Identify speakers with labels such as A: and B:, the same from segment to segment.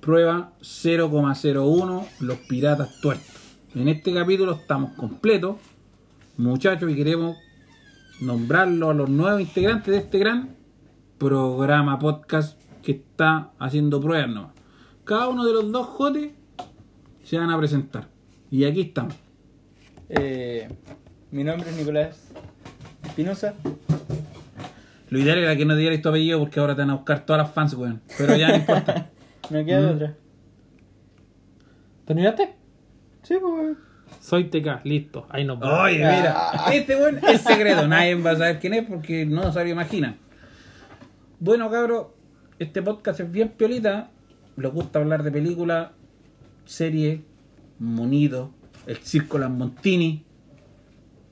A: Prueba 0,01, los piratas tuertos. En este capítulo estamos completos, muchachos, y queremos nombrarlo a los nuevos integrantes de este gran programa podcast que está haciendo pruebas nomás. Cada uno de los dos jotes se van a presentar. Y aquí estamos.
B: Eh, mi nombre es Nicolás Espinosa.
A: Lo ideal era que no dierais tu apellido porque ahora te van a buscar todas las fans, weón. Pero ya no importa.
B: No queda de otra.
C: ¿Terminaste?
B: Sí, pues.
C: Soy TK, listo, ahí nos vamos.
A: Oye, mira, este weón es secreto. Nadie va a saber quién es porque no se lo imaginan. Bueno, cabros, este podcast es bien piolita. Les gusta hablar de películas, series, Monido, El Circo Montini,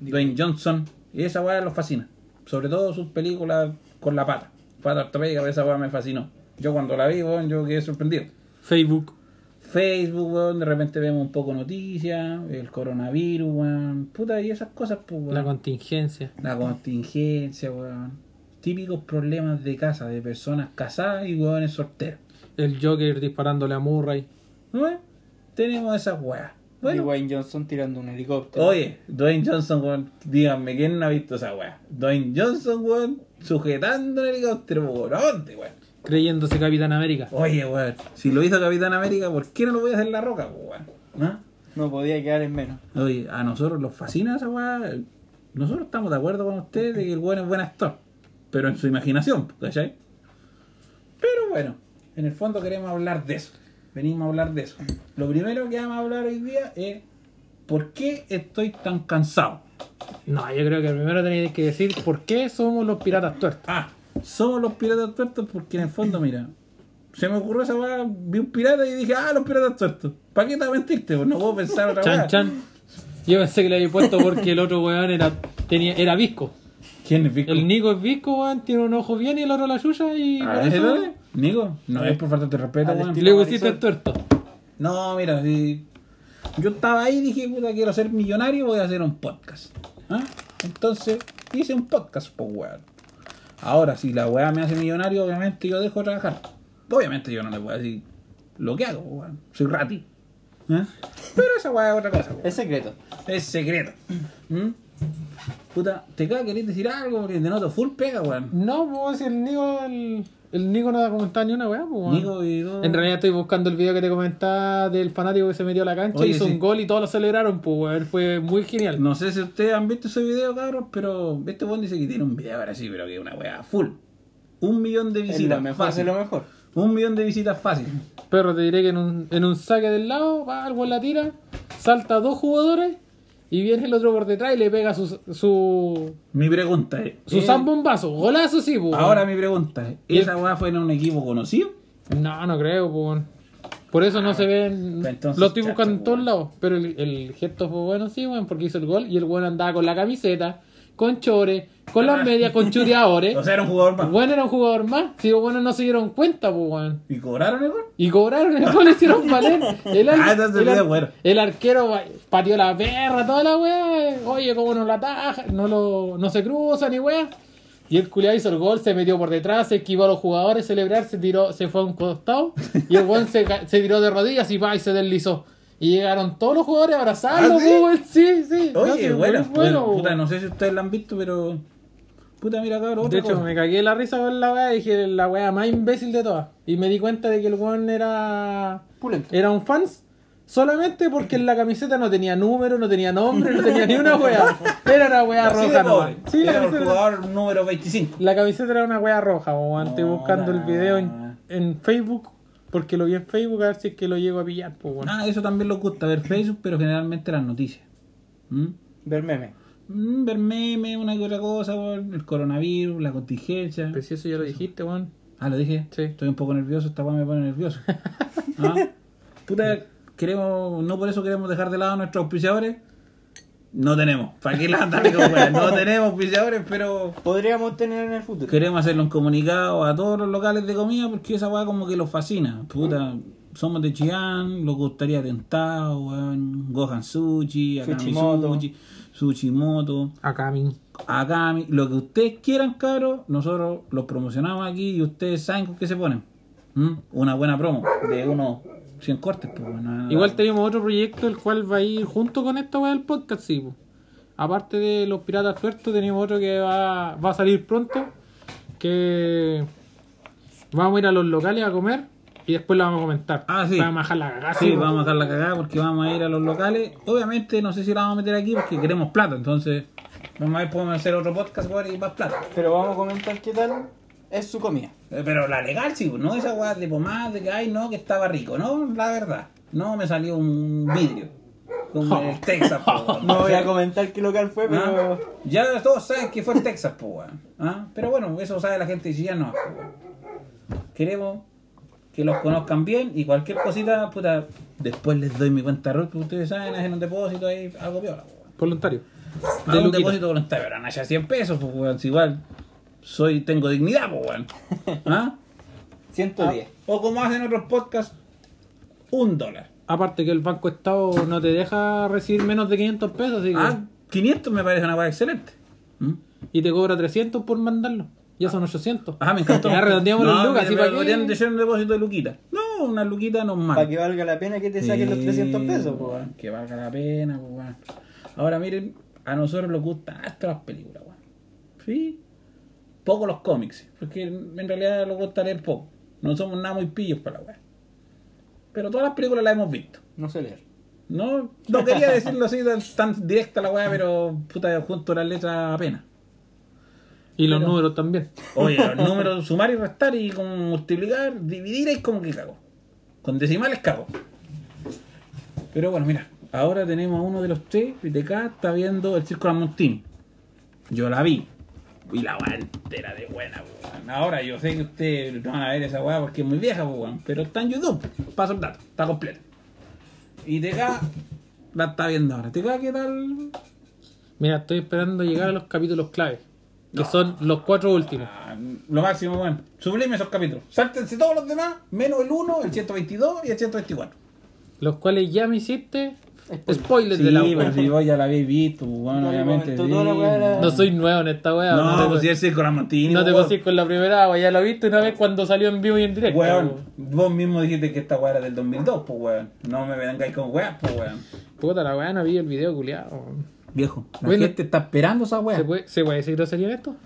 A: Dwayne Johnson. Y esa weá los fascina. Sobre todo sus películas con la pata. Pata ortopédica, esa weá me fascinó. Yo cuando la vi, weón, yo quedé sorprendido.
C: Facebook.
A: Facebook, weón, de repente vemos un poco noticias, el coronavirus, weón, puta, y esas cosas, pues, weón.
C: La contingencia.
A: La contingencia, weón. Típicos problemas de casa, de personas casadas y weones solteros.
C: El Joker disparándole a Murray.
A: ¿No es? Tenemos esas weas. Bueno,
B: Y Wayne Johnson tirando un helicóptero.
A: oye, Dwayne Johnson, weón, díganme quién no ha visto esa wea. Dwayne Johnson, weón, sujetando el helicóptero, pues, weón, ¿a dónde, weón?
C: Creyéndose Capitán América.
A: Oye, weón, si lo hizo Capitán América, ¿por qué no lo voy a hacer la roca, weón? ¿Ah?
B: No podía quedar en menos.
A: Oye, a nosotros los fascina esa weá. Nosotros estamos de acuerdo con ustedes de que el weón es buen actor. Pero en su imaginación, ¿cachai? Pero bueno, en el fondo queremos hablar de eso. Venimos a hablar de eso. Lo primero que vamos a hablar hoy día es ¿por qué estoy tan cansado?
C: No, yo creo que primero tenéis que decir por qué somos los piratas tuertos.
A: Ah, somos los piratas tuertos porque en el fondo, mira, se me ocurrió esa weá, vi un pirata y dije, ah, los piratas tuertos. ¿Para qué te mentiste? No puedo pensar otra
C: Chan,
A: weá.
C: chan. Yo pensé que le había puesto porque el otro weón era, tenía, era visco.
A: ¿Quién es Vico?
C: El Nico es visco, weón, tiene un ojo bien y el otro la suya y
A: Ah,
C: por eso, Eh,
A: ¿eso
C: weón,
A: es? Nico, no es por falta de respeto,
B: Al
A: weón.
B: estilo
C: le pusiste el
B: Marisol.
C: tuerto.
A: No, mira, si yo estaba ahí y dije, puta, quiero ser millonario, voy a hacer un podcast. ¿Ah? Entonces, hice un podcast, pues, weón. Ahora, si la weá me hace millonario, obviamente yo dejo de trabajar. Obviamente yo no le voy a decir lo que hago, weón. Soy rati. ¿Ah? Pero esa weá es otra cosa, weón.
B: Es secreto.
A: Es secreto. ¿Mm? Puta, te cae querés decir algo porque te noto full pega, weón.
C: No, pues si el Nico, el, el Nico no te ha comentado ni una weá, pues, weón.
A: Nico y tú-
C: En realidad estoy buscando el video que te comentaba del fanático que se metió a la cancha,
A: Oye,
C: hizo
A: sí.
C: un gol y todos lo celebraron, pues weón. Fue muy genial.
A: No sé si ustedes han visto ese video, cabros, pero este buen dice que tiene un video ahora sí, pero que es una weá full. Un millón de
B: Es
A: visitas.
B: lo mejor
A: fácil.
B: de lo mejor.
A: Un millón de visitas fácil.
C: Pero te diré que en un, en un saque del lado, va, el weón la tira, salta dos jugadores y viene el otro por detrás y le pega su su,
A: Mi pregunta es.
C: su
A: ¿eh?
C: zambombazo. Golazo sí, pues. weón.
A: Ahora mi pregunta es.
C: Y el-
A: ¿Esa weá fue en un equipo conocido?
C: No, no creo, pues. weón. Por eso no se ven.
A: Ah, pues, entonces,
C: lo estoy buscando
A: chacho,
C: en todos
A: weón.
C: lados. Pero el, el gesto fue bueno, sí, weón, porque hizo el gol y el weón andaba con la camiseta, con chores, con las medias, con chuteadores.
A: Ah. O sea, era un jugador más.
C: Bueno, era un jugador más. Si los buenos no se dieron cuenta, pues, weón.
A: ¿Y cobraron el gol?
C: Y cobraron el gol, hicieron valer. El, ar-
A: Ah, entonces
C: el,
A: era
C: ar-
A: bueno.
C: el arquero va- pateó la perra, toda la weá. Oye, cómo no la ataja, no, lo, no se cruza ni weá. Y el culiado hizo el gol, se metió por detrás, se esquivó a los jugadores, celebrar, se tiró, se fue a un costado. Y el weón se, ca- se tiró de rodillas y va y se deslizó. Y llegaron todos los jugadores a abrazarlo,
A: ¿Ah, sí?
C: pues, weón. Sí, sí. No, sí,
A: Oye, bueno,
C: muy
A: bueno,
C: weón.
A: puta, no sé si ustedes la han visto, pero. Puta, mira, cabrón.
C: De hecho, me cagué la risa con la weá y dije la weá más imbécil de todas. Y me di cuenta de que el weón era.
B: Pulento.
C: Era un fans solamente porque en la camiseta no tenía número, no tenía nombre, no tenía ni una weá. Era una weá roja, no. Sí, la
A: era el
C: camiseta, era-
A: jugador número 25.
C: la camiseta era una weá roja, weón. Estoy
A: No,
C: buscando el
A: nah.
C: video en, en Facebook porque lo vi en Facebook a ver si es que lo llego a pillar, pues weón.
A: Ah, eso también les gusta ver Facebook, pero generalmente las noticias. ¿Mm?
B: Ver meme.
A: Mm, ver memes, una que otra cosa, weón, el coronavirus, la contingencia.
C: Pero si eso ya lo dijiste, weón.
A: Ah, lo dije.
C: Pues Sí.
A: Estoy un poco nervioso, esta weá me pone nervioso. Ah, Puta, queremos, no por eso queremos dejar de lado a nuestros auspiciadores. No tenemos. ¿Para qué la andan con weas? No tenemos auspiciadores, pero
B: Podríamos tener en el futuro.
A: queremos hacerle un comunicado a todos los locales de comida porque esa weá como que los fascina. Puta, somos de Chillán, los gustaría tentado, weón. Gohan Sushi, Akami
B: Sushimoto.
A: Sushi, Sushimoto.
C: Acá a mí.
A: Acá, mi- lo que ustedes quieran, cabros, nosotros los promocionamos aquí y ustedes saben con qué se ponen. ¿Mm? Una buena promo de unos 100 cortes. Pues, bueno,
C: Igual tenemos otro proyecto el cual va a ir junto con esta weá del podcast, sí. po. Aparte de los piratas tuertos, tenemos otro que va, va a salir pronto. Que vamos a ir a los locales a comer y después la vamos a comentar.
A: Ah, sí.
C: Vamos a dejar la cagada.
A: Sí,
C: po.
A: vamos a dejar la cagada porque vamos a ir a los locales. Obviamente, no sé si la vamos a meter aquí porque queremos plata. Entonces, vamos a ver, podemos hacer otro podcast weón, y más plata.
B: Pero vamos a comentar qué tal es su comida.
A: Eh, Pero la legal, sí, no esa weá de pomada de que ay, no, que estaba rico. No, la verdad. No me salió un vidrio. Como en el Texas, po, weón.
B: No
A: O
B: voy
A: sea,
B: a comentar qué local fue,
A: ¿ah?
B: pero.
A: Ya todos saben que fue en Texas, po, weón. ¿Ah? Pero bueno, eso sabe la gente y ya no. po, weón. Queremos que los conozcan bien y cualquier cosita, puta, después les doy mi cuenta root, que ustedes saben, hacen un depósito ahí, algo piola, po, weón.
C: Voluntario.
A: Ah, un
C: Luquita.
A: depósito voluntario, pero no haya 100 pesos, pues, weón. Si igual soy, tengo dignidad, pues, weón. ¿Ah?
B: 110.
A: O como hacen otros podcasts, un dólar.
C: Aparte que el Banco Estado no te deja recibir menos de 500 pesos así que-
A: Ah, 500 me parece una cosa excelente. ¿Mm?
C: y te cobra 300 por mandarlo. Ya son 800.
A: Ah, me encantó.
C: Ya redondeamos los lucas.
A: me,
C: ¿sí,
A: me
C: para qué?
A: podrían decir un depósito de luquita. No, una luquita
B: Para
A: normal.
B: que valga la pena que te saquen los 300 pesos, po,
A: weón.
B: weón.
A: Que valga la pena, pues, weón. Ahora miren, a nosotros nos gustan hasta las películas, weón. Sí. Poco los cómics, porque en realidad nos gusta leer poco. No somos nada muy pillos para la weón. Pero todas las películas las hemos visto.
B: No sé leer.
A: No, no quería decirlo así tan, tan directa la weá, pero puta, junto a las letras apenas.
C: Y los
A: Pero-
C: números también.
A: Oye, los números sumar y restar y como multiplicar, dividir es como que cago. Con decimales cago. Pero bueno, mira, ahora tenemos a uno de los tres, y de acá está viendo el Circo Montini. Yo la vi. Y la weá entera de buena, weón. Ahora yo sé que ustedes no van a ver esa weá porque es muy vieja, weón. Pero está en YouTube. Paso el dato, está completo. Y de acá la está viendo ahora. ¿Te acá qué tal?
C: Mira, estoy esperando llegar a los capítulos clave, que son los cuatro últimos.
A: Ah, lo máximo, weón. Sublime esos capítulos. Sáltense todos los demás, menos el 1, el 122 y el 124.
C: Los cuales ya me hiciste
B: Spoiler.
C: spoilers de la wea.
A: pues, vos ya la habéis visto, weón,
B: Ya le comentó toda la weá, la-
C: No soy nuevo en esta wea.
A: No,
C: te-
A: pues si es el con la Montini,
C: no te
A: weón.
C: pasé con la primera wea, ya lo viste una vez cuando salió en vivo y en directo.
A: Weón, vos mismo dijiste que esta weá era del 2002, pues weón. No me vengáis con weá, pues weón.
C: Puta la wea, no vi el video culiado.
A: Viejo, la
C: Bueno.
A: gente está esperando esa weá.
C: ¿Se puede, ¿Se puede decir grosería en esto?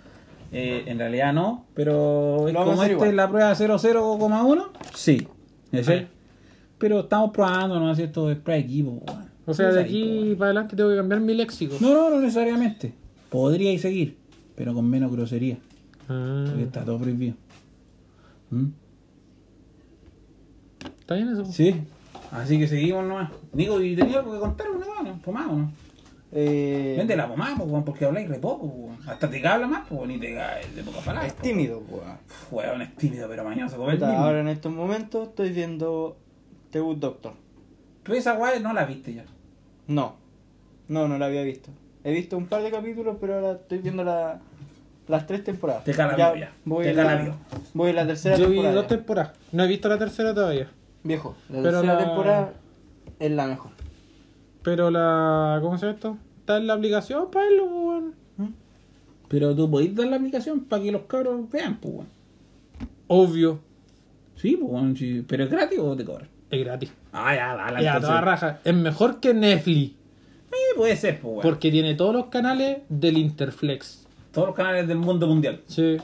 A: Eh, en realidad no, pero es
B: Lo vamos a
A: como esta
B: hacer igual.
A: es la prueba 00,1, sí. ¿Es
C: Ah.
A: Pero estamos probando, no hacer todo spray aquí, pues, weón.
C: O sea, de
A: Ahí, pues, weón.
C: aquí para adelante tengo que cambiar mi léxico.
A: No, no, no necesariamente. Podríais seguir, pero con menos grosería.
C: Ah,
A: Porque está todo prohibido. ¿Mm?
C: ¿Está bien eso?
A: Sí. Así que seguimos nomás. Digo, y tenía algo que contar una mano, ¿no? pomada, ¿no?
B: Eh,
A: Vende la pomada, pues, weón, porque habláis re poco, pues, weón. Hasta te habla más, pues, ni te caes de pocas palabras.
B: Es tímido, po, weón.
A: pues. Weón, es tímido, pero mañoso como el
B: Puta,
A: mismo.
B: Ahora en estos momentos estoy viendo The Good Doctor.
A: Tú esa weá no la viste ya.
B: No, no, no la había visto. He visto un par de capítulos, pero ahora estoy viendo la- las tres temporadas.
A: Te cala vio ya.
B: Voy,
A: Te
B: en
A: cala
B: la,
A: vio.
B: voy en la tercera
C: Yo vi
B: temporada.
C: dos
B: ya.
C: temporadas. No he visto la tercera todavía.
B: Viejo, la
C: Pero
B: tercera
C: la-
B: temporada es la mejor.
C: Pero la. ¿Cómo se llama esto? Está en la aplicación para verlo, pues, weón.
A: Pero tú podéis dar la aplicación para que los cabros vean, pues, weón.
C: Obvio,
A: Sí, pues, weón, sí. Pero es gratis o te cobran.
C: es gratis.
A: Ah, ya, dale.
C: Y a
A: entonces.
C: toda raja. Es mejor que Netflix.
A: Sí, puede ser, pues, weón.
C: Porque tiene todos los canales del Interflex.
A: Todos los canales del mundo mundial.
C: Sí.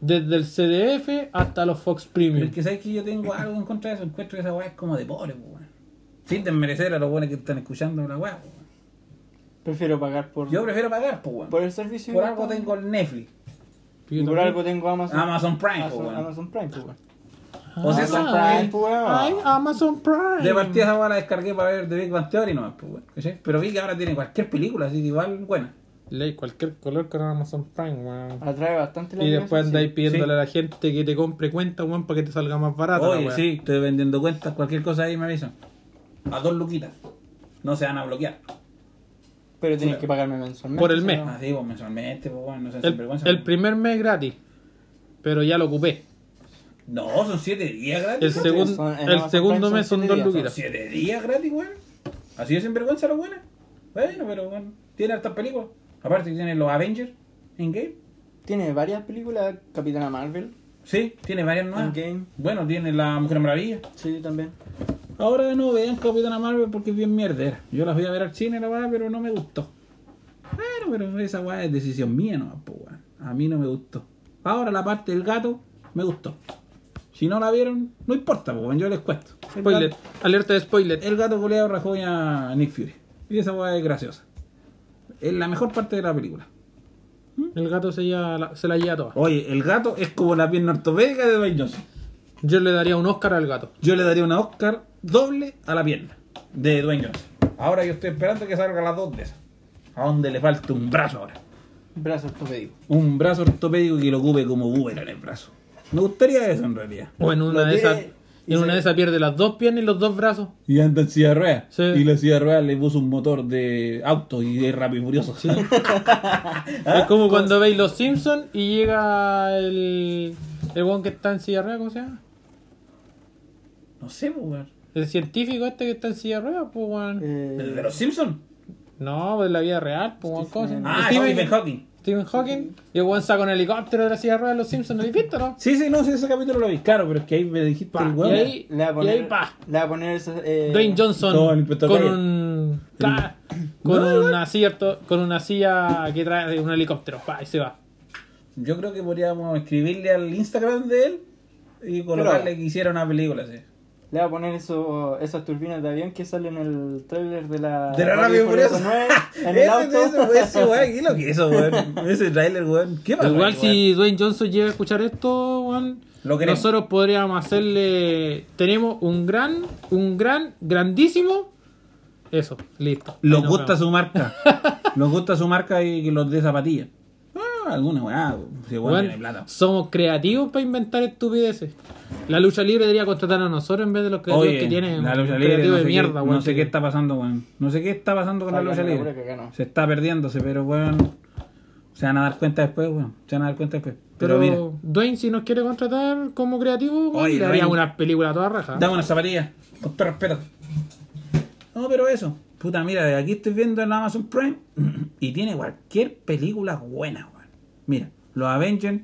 C: Desde el CDF hasta los Fox
A: Pero
C: Premium.
A: es que sabes que yo tengo algo en contra de eso. Encuentro que esa weá es como de pobre, pues, weón. Sin desmerecer a los buenos que están escuchando la weá, pues, weón.
B: Prefiero pagar por,
A: Yo prefiero pagar, pues, weón.
B: por el servicio.
A: Por
B: y
A: algo
B: por-
A: tengo el Netflix.
B: y por algo tengo Amazon,
A: Amazon Prime, pues,
B: Amazon,
A: weón.
B: Amazon Prime, pues, weón.
A: O sea, esa-
B: Amazon Prime, pues, weón.
C: Ah, Ay, Amazon Prime.
A: de partida esa weá la descargué para ver The Big Bang Theory nomás, pues, weón. ¿Cachai? Pero vi que ahora tiene cualquier película, así que igual buena.
C: Ley cualquier color con Amazon Prime, weón.
B: Atrae bastante Ah, la
C: Y después
B: aplicación,
C: andáis
B: sí.
C: pidiéndole a la gente que te compre cuenta, weón, para que te salga más barato.
A: Oye, sí, estoy vendiendo cuentas, cualquier cosa ahí me avisan. A dos luquitas. No se van a bloquear.
B: Pero tienes que pagarme mensualmente.
C: Por el
B: si
C: mes.
B: no-
A: Así, pues, mensualmente, pues, weón. No sean
C: Ah. El,
A: sinvergüenza.
C: el primer mes gratis. Pero ya lo ocupé.
A: No, son siete días gratis.
C: El,
A: weón.
C: segun-
B: son- en
C: el
B: Amazon
C: segundo
B: Prime son
C: mes son
B: siete
C: dos
B: días, son
C: luquitas.
A: ¿Siete días gratis, weón? Así de sinvergüenza la buena. Bueno, pero bueno, tiene hartas películas. Aparte que tiene los Avengers en game.
B: Tiene varias películas, Capitana Marvel,
A: Sí, tiene varias nuevas.
B: Endgame.
A: Bueno, tiene la Mujer Maravilla.
B: Sí, también.
A: Ahora no vean Capitana Marvel porque es bien mierdera. Yo las voy a ver al cine, la verdad, pero no me gustó. Bueno, pero esa weá es decisión mía nomás, po, weón. A mí no me gustó. Ahora la parte del gato me gustó. Si no la vieron, no importa, po, weón, yo les cuento.
C: Spoiler. Alerta de spoiler.
A: El gato goleado rajó a Nick Fury. Y esa weá es graciosa. Es la mejor parte de la película.
C: El gato se, lleva la- se la lleva toda.
A: Oye, el gato es como la pierna ortopédica de Dwayne Johnson.
C: Yo le daría un Oscar al gato.
A: Yo le daría una Oscar doble a la pierna de Dwayne Johnson. Ahora yo estoy esperando que salga las dos de esas. A donde le falta un brazo ahora.
B: Brazo ortopédico.
A: Un brazo ortopédico que lo ocupe como Uber en el brazo. Me gustaría eso en realidad.
C: O en una
B: Lo
C: de
B: tiene
C: esas.
B: y
C: En
B: se-
C: una de esas pierde las dos piernas y los dos brazos.
A: Y anda en silla de ruedas.
C: Sí.
A: Y la silla de ruedas le puso un motor de auto y de rápido y furioso. ¿Ah? ¿Eh?
C: Es como cuando veis los Simpsons y llega el. El weón que está en silla de ruedas, ¿cómo se llama?
A: No sé, pues, weón.
C: El científico este que está en silla de ruedas, pues weón.
A: ¿El
B: Eh,
A: de los Simpsons?
C: no, pues la vida real, pues weón. ¿cómo se llama?
A: Ah,
C: Stephen-
A: Stephen Hawking.
C: Stephen Hawking. Y el weón saca un helicóptero de la silla de ruedas de los Simpsons, ¿no viste, no?
A: Sí, sí, no, sí, ese capítulo lo vi. Claro, pero es que ahí me dijiste
C: Pa,
A: el weón.
C: y ahí-
B: le va a
C: y
B: poner.
C: ahí, pa.
B: Le va a poner esa. eh,
C: Dwayne Johnson
A: No, el inspector
C: con
A: Gadget.
C: un ca- con
A: No,
C: una silla to- con una silla que trae de un helicóptero pa, y se va
A: Yo creo que podríamos escribirle al Instagram de él y colocarle que hiciera una película así.
B: Le va a poner eso, esas turbinas de avión que salen en el tráiler de la.
A: De la Ah, rápido y furioso.
B: 9, en el
A: Ese-
B: auto.
A: Ese, güey, ese güey, ¿qué es lo que hizo, güey? Ese trailer, güey. ¿Qué pasó?
C: Pues igual
A: ahí, güey?
C: si Dwayne Johnson llega a escuchar esto weón,
A: Lo queremos.
C: nosotros podríamos hacerle tenemos un gran un gran grandísimo eso listo Ahí
A: Nos
C: nos
A: gusta
C: vemos.
A: su marca. Nos gusta su marca y que los dé zapatillas. Ah, alguna weá. Ah, si güey,
C: Weón,
A: tiene plata.
C: somos creativos para inventar estupideces la lucha libre debería contratar a nosotros en vez de los creativos
A: Oye,
C: que tienen
A: la lucha
C: un
A: libre.
C: creativo
A: No
C: de
A: sé,
C: mierda
A: qué,
C: weón,
A: no sé
C: que-
A: qué está pasando, güey. No sé qué está pasando con la
B: Ay,
A: lucha
B: la
A: libre.
B: pura que ganó.
A: Se está perdiéndose, pero, güey. Se van a dar cuenta después, güey. Se van a dar cuenta después. Pero,
C: Pero,
A: mira,
C: Dwayne, si nos quiere contratar como creativo, weón,
A: Oye,
C: le haría
A: Dwayne.
C: una película toda
B: ¿Ah?
C: raja.
A: dame una zapatilla. Con todo respeto. No, pero eso. Puta, mira, de aquí estoy viendo en Amazon Prime y tiene cualquier película buena, weón. Mira, Los Avengers,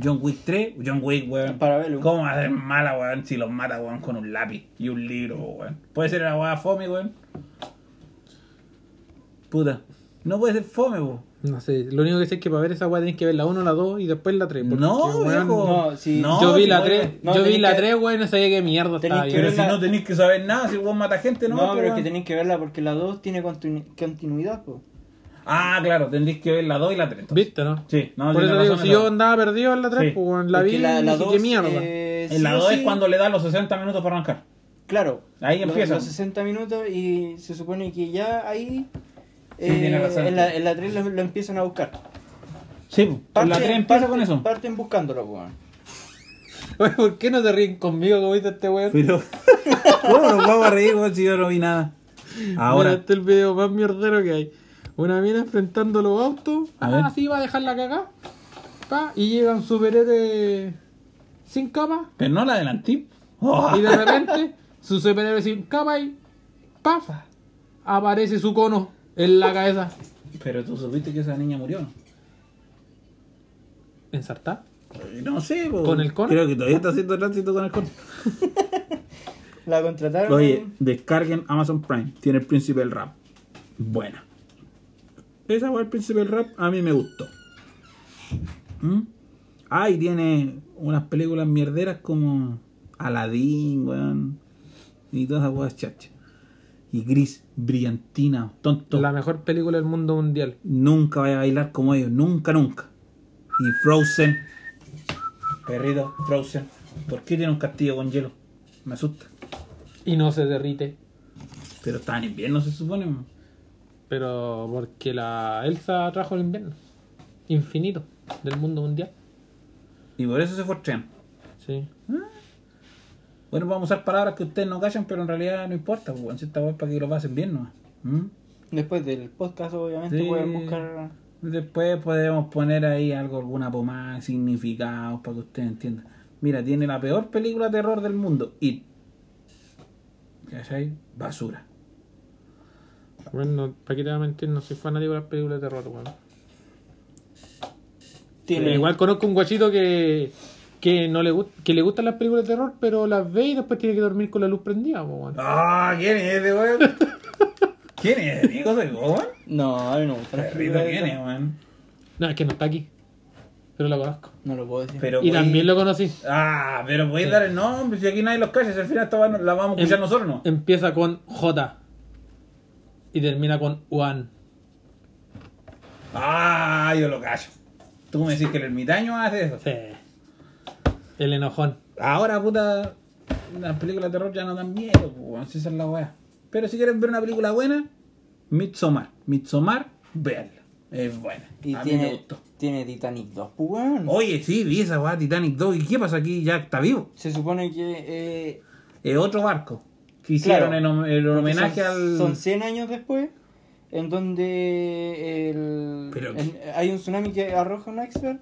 A: John Wick 3, John Wick, weón.
B: Para verlo.
A: ¿Cómo va a ser mala, weón, si los mata, weón, con un lápiz y un libro, weón? Puede ser una weá fome, weón. Puta, no puede ser fome, weón.
C: No sé, lo único que sé es que para ver esa weá tenés que ver la 1, la 2 y después la 3.
A: No, viejo.
B: no, si-
C: yo vi
A: si
C: la
A: vos-
C: 3,
B: no,
C: yo vi
B: tenés
C: la
B: que-
C: 3, weón, no sabía qué mierda
B: tenés
C: estaba
B: que
A: Pero
C: viendo.
A: si
B: la-
A: no tenéis que saber nada, si vos mata gente, no.
B: No,
A: pues,
B: pero es
A: weón.
B: que tenéis que verla porque la 2 tiene continu- continuidad, po.
A: Ah, claro, tendréis que ver la 2 y la 3. entonces.
C: ¿Viste, no?
A: Sí, no,
C: Por
A: tiene
C: eso digo,
A: razón
C: si
A: esa-
C: yo andaba perdido en la 3,
A: Sí.
C: pues weón, la
B: Porque
C: vi y dije, qué
B: dos,
C: mierda.
B: eh,
A: En la
B: sí o
A: 2
B: sí-
A: es cuando le dan los 60 minutos para arrancar.
B: Claro.
A: Ahí
B: los-
A: empieza.
B: Los 60 minutos y se supone que ya ahí. eh,
A: Sí, tiene razón.
B: En la, en la 3 lo, lo empiezan a buscar.
A: Sí, pues.
B: Parten-
A: la 3 empieza
B: parten-
A: con eso.
B: Parten buscándolo, po. weón.
C: Oye, ¿por qué no se ríen conmigo como viste este weón?
A: Pero, ¿cómo nos vamos a reír weón, si yo no vi nada?
C: Mira,
A: Ahora,
C: este es el video más mierdero que hay. Una mina enfrentando los autos.
A: A
C: ah,
A: ver.
C: sí, va a dejar la cagada. Pa, y llega un superhéroe sin capa.
A: pero no la adelanté. Oh,
C: Y de repente, su superhéroe sin capa y ¡paf! Aparece su cono en la cabeza.
A: pero tú supiste que esa niña murió, ¿no?
C: ¿Ensartá?
A: Eh, No sé, po.
C: ¿Con el cono?
A: Creo que todavía está haciendo tránsito con el cono.
B: La contrataron.
A: Oye, descarguen Amazon Prime. Tiene el príncipe del rap. Buena. Esa fue el príncipe del rap. A mí me gustó. ¿Mm? Ah, y tiene unas películas mierderas como Aladdin, weón. Y todas esas weas chachas. Y gris, brillantina, tonto.
C: La mejor película del mundo mundial.
A: Nunca vaya a bailar como ellos, nunca, nunca. Y Frozen. Perrito, Frozen. ¿Por qué tiene un castillo con hielo? Me asusta.
C: Y no se derrite.
A: Pero está en invierno, se supone. weón.
C: Pero porque la Elsa trajo el invierno. Infinito. Del mundo mundial.
A: Y por eso se fortrean.
C: Sí.
A: Bueno, vamos a usar palabras que ustedes no callan, pero en realidad no importa, pues, bueno, si esta web para que lo pasen bien nomás. ¿Mm?
B: Después del podcast, obviamente,
A: Sí.
B: pueden buscar.
A: Después podemos poner ahí algo, alguna pomada, significados, para que ustedes entiendan. Mira, tiene la peor película de terror del mundo, It. ¿Cachai? Basura.
C: Bueno, para qué te voy a mentir, no soy fanático de las películas de terror, weón.
B: Tiene,
C: Pero igual conozco un guachito que que no le gust- que le gustan las películas de terror, pero las ve y después tiene que dormir con la luz prendida, po, weón.
A: Ah, ¿quién es ese weón? ¿Quién es? ¿Diego soy vos, weón?
B: No, a mí no me gustan las
A: Perrito,
B: películas de
A: ¿quién es,
B: terror.
A: weón?
C: No, es que no está aquí. Pero lo conozco.
B: No lo puedo decir.
A: Pero
C: Y
A: podí-
C: también lo conocí.
A: Ah, pero podéis dar el nombre, si aquí nadie los calla, si al final esta weá no- la vamos a escuchar
C: Em-
A: nosotros, ¿no?
C: Empieza con J. Y termina con Juan.
A: Ah, yo lo callo. Tú me decís que el ermitaño hace eso.
C: Sí. El enojón.
A: Ahora, puta, las películas de terror ya no dan miedo, po, weón, si esa es la weá. Pero si quieres ver una película buena, Midsommar. Midsommar, véanla. Es buena.
B: Y
A: a mí me
B: tiene,
A: gustó. Oh.
B: tiene Titanic 2, pues, weón.
A: Oye, sí, vi esa weá Titanic 2. ¿Y qué pasa aquí? Ya está vivo.
B: Se supone que. eh,
A: Es otro barco que hicieron
B: Claro,
A: en hom- el
B: porque
A: homenaje
B: son,
A: al.
B: Son 100 años después, en donde el,
A: Pero-
B: en- hay un tsunami que arroja un iceberg.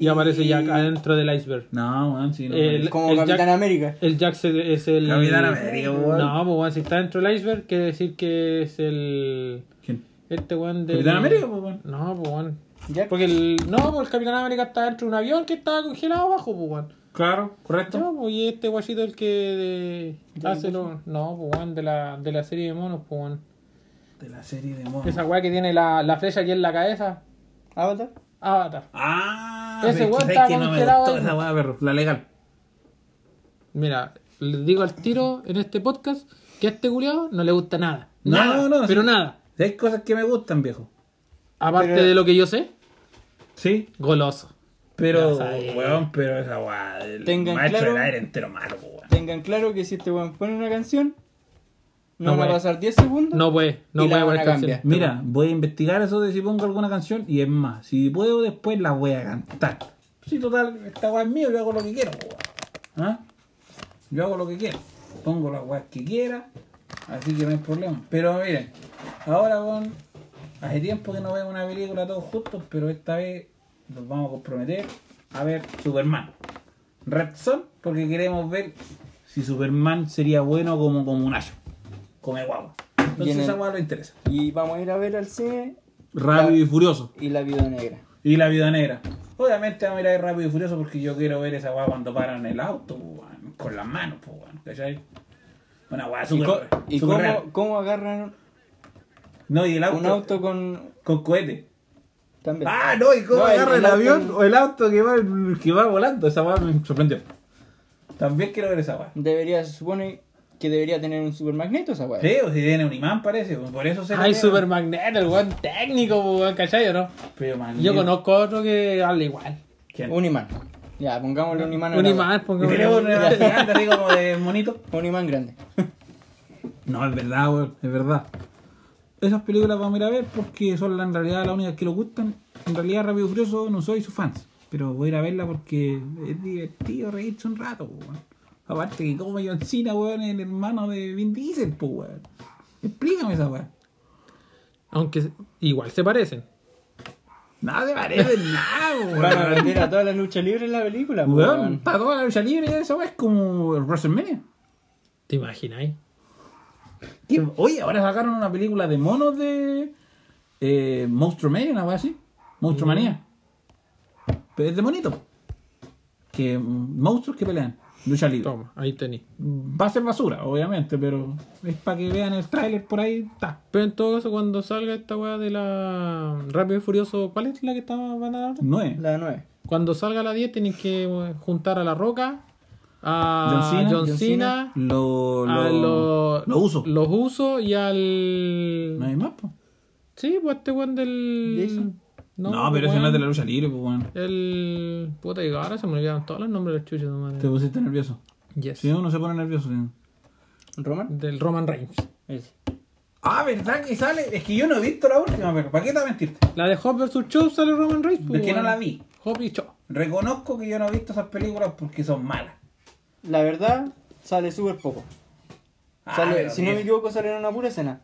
C: Y aparece
B: Y-
C: Jack adentro del iceberg.
A: No, weón, sí, no.
C: El-
B: Como
C: el
B: Capitán
C: Jack-
B: América.
C: El Jack se- es el.
A: Capitán América, weón.
C: No, pues weón, si está dentro del iceberg, quiere decir que es el.
A: ¿Quién?
C: Este weón del.
A: ¿Capitán América, po, weón?
C: No, pues weón.
B: Jack.
C: Porque el. No, pues el Capitán América está dentro de un avión que estaba congelado abajo, pues weón.
A: Claro, correcto.
C: No, pues y este guachito el que de-
B: ¿De
C: hace lo. No, pues weón, de la, de la serie de monos, pues weón.
A: De la serie de monos.
C: Esa weá que tiene la, la flecha aquí en la cabeza.
B: Avatar.
C: Avatar.
A: Ah,
C: Ese
A: pero
C: weón
A: ¿sabes
C: estaba
A: que no me
C: congelado
A: gustó
C: ahí.
A: esa weá, perro. La legal.
C: Mira, les digo al tiro en este podcast que a este culiado no le gusta nada.
A: No,
C: nada,
A: no,
C: Pero
A: sí.
C: nada.
A: Si Hay cosas que me gustan, viejo.
C: Aparte
B: Pero-
C: de lo que yo sé,
A: Sí,
C: goloso.
A: pero.
C: Ya sabía.
A: Weón, pero esa weá. El
B: Tengan
A: maestro
B: claro-
A: del aire entero malo, po, weón.
B: Tengan claro que si este weón pone una canción,
C: No
B: no, van
C: puede.
B: a pasar 10 segundos.
C: No puede, no
B: Y la
C: puede
B: van
C: poner
B: a
C: canciones.
B: cambiar.
A: Mira, voy a investigar eso de si pongo alguna canción y es más, si puedo después la voy a cantar. Sí, total, esta weá es mía, yo hago lo que quiero, po, weón. ¿Ah? Yo hago lo que quiero. Pongo las weas que quiera, así que no hay problema. Pero miren, ahora con. Hace tiempo que no vemos una película todos juntos, pero esta vez nos vamos a comprometer a ver Superman. Red Son, porque queremos ver si Superman sería bueno como como un ayo, como el guagua. Entonces
B: Vienen-
A: esa weá lo interesa.
B: Y vamos a ir a ver al cine
A: Rápido y Furioso.
B: y la vida negra.
A: Y La Viuda Negra. Obviamente vamos a ir a ver Rápido y Furioso porque yo quiero ver esa weá cuando paran el auto, po, weón, con las manos, po, weón, ¿cachai? Una weá
B: ¿Y, co-
A: súper
B: y
A: súper
B: cómo,
A: real.
B: cómo agarran
A: No, y el auto,
B: un auto con.
A: con cohete.
B: También.
A: Ah, no, y cómo
B: No,
A: agarra el,
B: auto-
A: avión o el auto que va, que va volando. Esa weá me sorprendió. También quiero ver esa weá.
B: Debería, se supone que debería tener un super magneto esa weá.
A: Sí, o si tiene un imán parece, por eso se
C: Ay,
A: le-
C: Super Magneto, el weón técnico, po, weón, ¿cachai o no?
A: Pero, man,
C: Yo conozco otro que habla igual.
A: ¿Quién?
B: Un imán. Ya, pongámosle un imán. a
C: Un
B: la
C: imán,
A: Y
C: pongamos.
A: tenemos un imán gigante así como de monito.
B: weá. Un imán grande.
A: No, es verdad, weón, es verdad. Esas películas vamos a ir a ver porque son la- en realidad las únicas que nos gustan. En realidad, Rápido y Furioso no soy su fans, pero voy a ir a verla porque es divertido reírse un rato, po, weón. Aparte que como John Cena, weón, es el hermano de Vin Diesel, po, weón. Explícame esa weón.
C: Aunque se- igual se parecen.
A: Nada se parece en
B: Van a
A: nada, weón.
B: meter a todas las luchas libres en la película, po,
A: Weón,
B: weón.
A: está toda la lucha libre ya esa weón es como WrestleMania.
C: ¿Te imagináis?
A: Que, oye, ahora sacaron una película de monos de eh, Monstromania, una weá así. Monstromanía. Pero es de monito. Que mm, monstruos que pelean. Lucha libre.
C: Toma, ahí tení.
A: Va a ser basura, obviamente, pero es para que vean el tráiler por ahí. Está.
C: Pero en todo caso, cuando salga esta weá de la Rápido y Furioso, ¿cuál es la que está, van a dar?
A: No es.
B: La 9.
C: Cuando salga la 10 tienen que eh, juntar a La Roca, a
A: John Cena,
C: John
B: John
C: Cena,
A: Lo,
C: a
A: lo,
C: los
A: lo uso.
C: Los uso y al...
A: No hay más, po.
C: Sí, pues este weón del...
B: Jason.
A: No, pero ese
C: weón,
A: no es de la lucha libre, pues bueno.
C: El... Puta, y ahora se me olvidaron todos los nombres del chucho. no madre.
A: Te pusiste nervioso.
C: Yes.
A: Si uno se pone nervioso. sí.
B: ¿Roman?
C: Del Roman Reigns.
B: Ese.
A: Ah, ¿verdad que sale? Es que yo no he visto la última, pero ¿para qué te voy a mentirte?
C: La de Hop vs. Show sale Roman Reigns.
A: ¿De qué no la vi?
C: Hop y Show.
A: Reconozco que yo no he visto esas películas porque son malas.
B: La verdad, sale súper poco.
A: Ah,
B: Sale-
A: pero
B: si no me
A: bien.
B: equivoco, sale en una pura escena.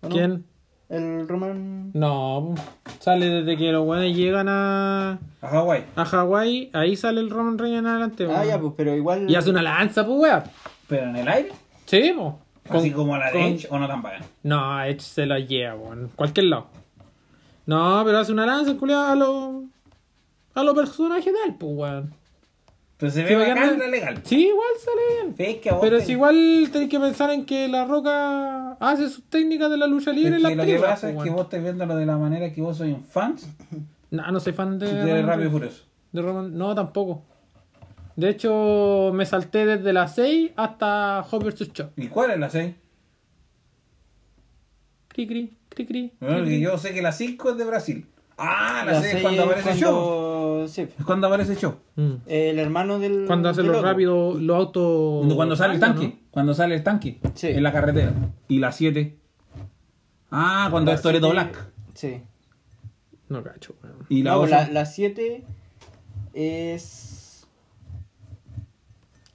B: ¿O no?
C: ¿Quién?
B: El Roman.
C: No, sale desde que los weones llegan a,
A: A Hawái.
C: a Hawái, ahí sale el Roman Reigns en adelante.
B: Ah,
C: weón.
B: ya, pues, pero igual.
C: Y hace una lanza, pues, weón.
A: Pero en el aire.
C: Sí, pues.
A: así como a la de Edge o no tan bacán.
C: No, Edge se la lleva, weón. Cualquier lado. No, pero hace una lanza, culiado, a los... A los personajes de él, pues, weón.
A: Pero se
C: Sí,
A: ve
C: bacán,
A: bacán
C: ¿no?
A: la legal.
C: Sí, igual sale bien.
A: Ves que a vos
C: Pero
A: te-
C: es igual tenéis que pensar en que La Roca hace sus técnicas de la lucha
A: es
C: libre en las
A: que lo que
C: películas,
A: pasa
C: po,
A: es que
C: weón.
A: vos estás viéndolo de la manera que vos sois un fan
C: No, no soy fan de...
A: de Rápido y Furioso.
C: de Roman- No, tampoco. De hecho, me salté desde las 6 hasta Hop vs. Chop.
A: ¿Y cuál es la 6?
C: Cri, cri, cri, cri.
A: Bueno, que yo sé que la 5 es de Brasil. Ah, la 6 es
B: seis
A: cuando aparece Show.
B: cuando- sí,
A: Es cuando aparece Show.
C: Mm.
B: El hermano del.
C: Cuando hacen
B: del
C: los
B: otro.
C: rápidos, los autos...
A: Cuando, Mm, cuando sale el tanque. Cuando sale el tanque.
B: Sí.
A: En la carretera. ¿Y la 7? Ah, cuando
B: La
A: es Toreto
B: siete-
A: Black.
B: Sí.
C: No, No, cacho, weón.
A: Y la
B: No,
A: otra.
B: la la siete es.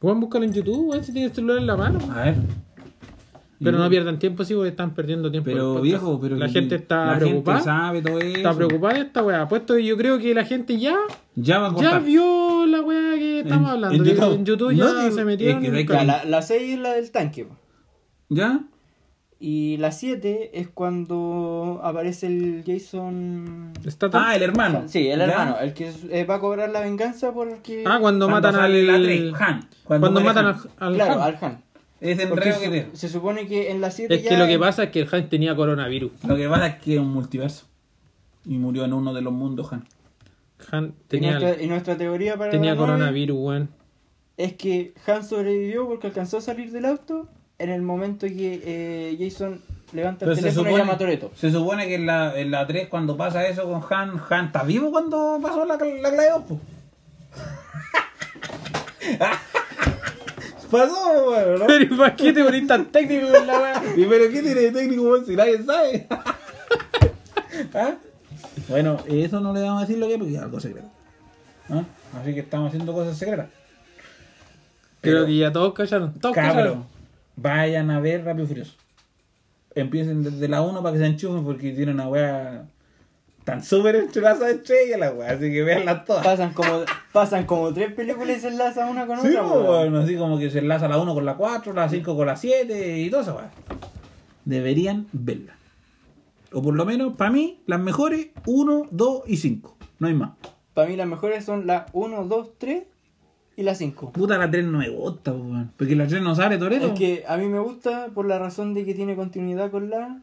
C: Weón, búscalo en YouTube, weón, si tienes celular en la mano.
A: A ver.
C: Pero
A: Y-
C: no pierdan tiempo, sí, porque están perdiendo tiempo. en el
A: Pero
C: podcast.
A: viejo, pero
C: La
A: que-
C: gente está
A: la
C: preocupada.
A: Gente sabe todo eso.
C: está preocupada de esta weá. Puesto yo creo que la gente ya,
A: Ya va a
C: ya
A: cortar.
C: vio la weá que estamos
A: En-
C: hablando.
A: en
C: Yo creo
A: YouTube.
C: que En
A: No,
C: YouTube, ya
A: digo,
C: se metieron.
A: es que
C: en
A: de
C: un
A: que
B: Ya,
C: camino.
B: la, la seis es la del tanque. po.
A: ¿Ya?
B: Y la siete es cuando aparece el Jason.
C: Está tan-
A: Ah, el hermano.
B: Sí, el
A: ¿Ya?
B: hermano, el que eh, va a cobrar la venganza porque.
C: Ah, cuando,
A: Cuando
C: matan
A: sale
C: al.
A: la tres, Han.
C: Cuando,
A: Cuando muere
C: matan
A: Han.
C: al. al
B: Claro,
C: Han.
B: al Han.
A: Ese
B: Porque
A: enredo que tiene.
B: su- se supone que en la 7
C: Es que lo que pasa es que el Han tenía coronavirus.
A: Lo que pasa es que es un multiverso. Y murió en uno de los mundos, Han.
C: Han
B: y
C: tenía,
B: nuestra, y nuestra teoría para
C: tenía
B: la nueve
C: coronavirus, weón.
B: es que Han sobrevivió porque alcanzó a salir del auto en el momento que eh, Jason levanta el
A: Pero se
B: teléfono y
A: supone-
B: llama a Toreto.
A: Se supone que en la, en la 3 cuando pasa eso con Han, Han está vivo cuando pasó la, la Gladios, po? pasó, bueno, ¿no?
C: Pero ¿para qué te ponís tan técnico con la weá?
A: ¿Y pero qué tiene de técnico weón, si nadie sabe? ¿Ah? Bueno, eso no le vamos a decir lo que es porque es algo secreto. ¿Ah? Así que estamos haciendo cosas secretas.
C: Creo que ya todos callaron. Todos
A: Cabrón,
C: callaron.
A: vayan a ver Rápido y Furioso. Empiecen desde la 1 para que se enchufen porque tiene una wea tan súper entrelazada entre ellas la wea, así que veanla todas.
B: Pasan como, pasan como tres películas y se enlazan una con
A: Sí,
B: otra.
A: po,
B: weón.
A: bueno, así como que se enlaza la 1 con la 4, la 5 con la 7 y todo eso, wea. Deberían verla. O por lo menos, para mí, las mejores 1, 2 y 5. No hay más.
B: Para mí las mejores son la 1, 2, 3 y la 5.
A: Puta, la 3 no me gusta, po, weón, porque la 3 no sale Toreto.
B: Es que a mí me gusta por la razón de que tiene continuidad con la.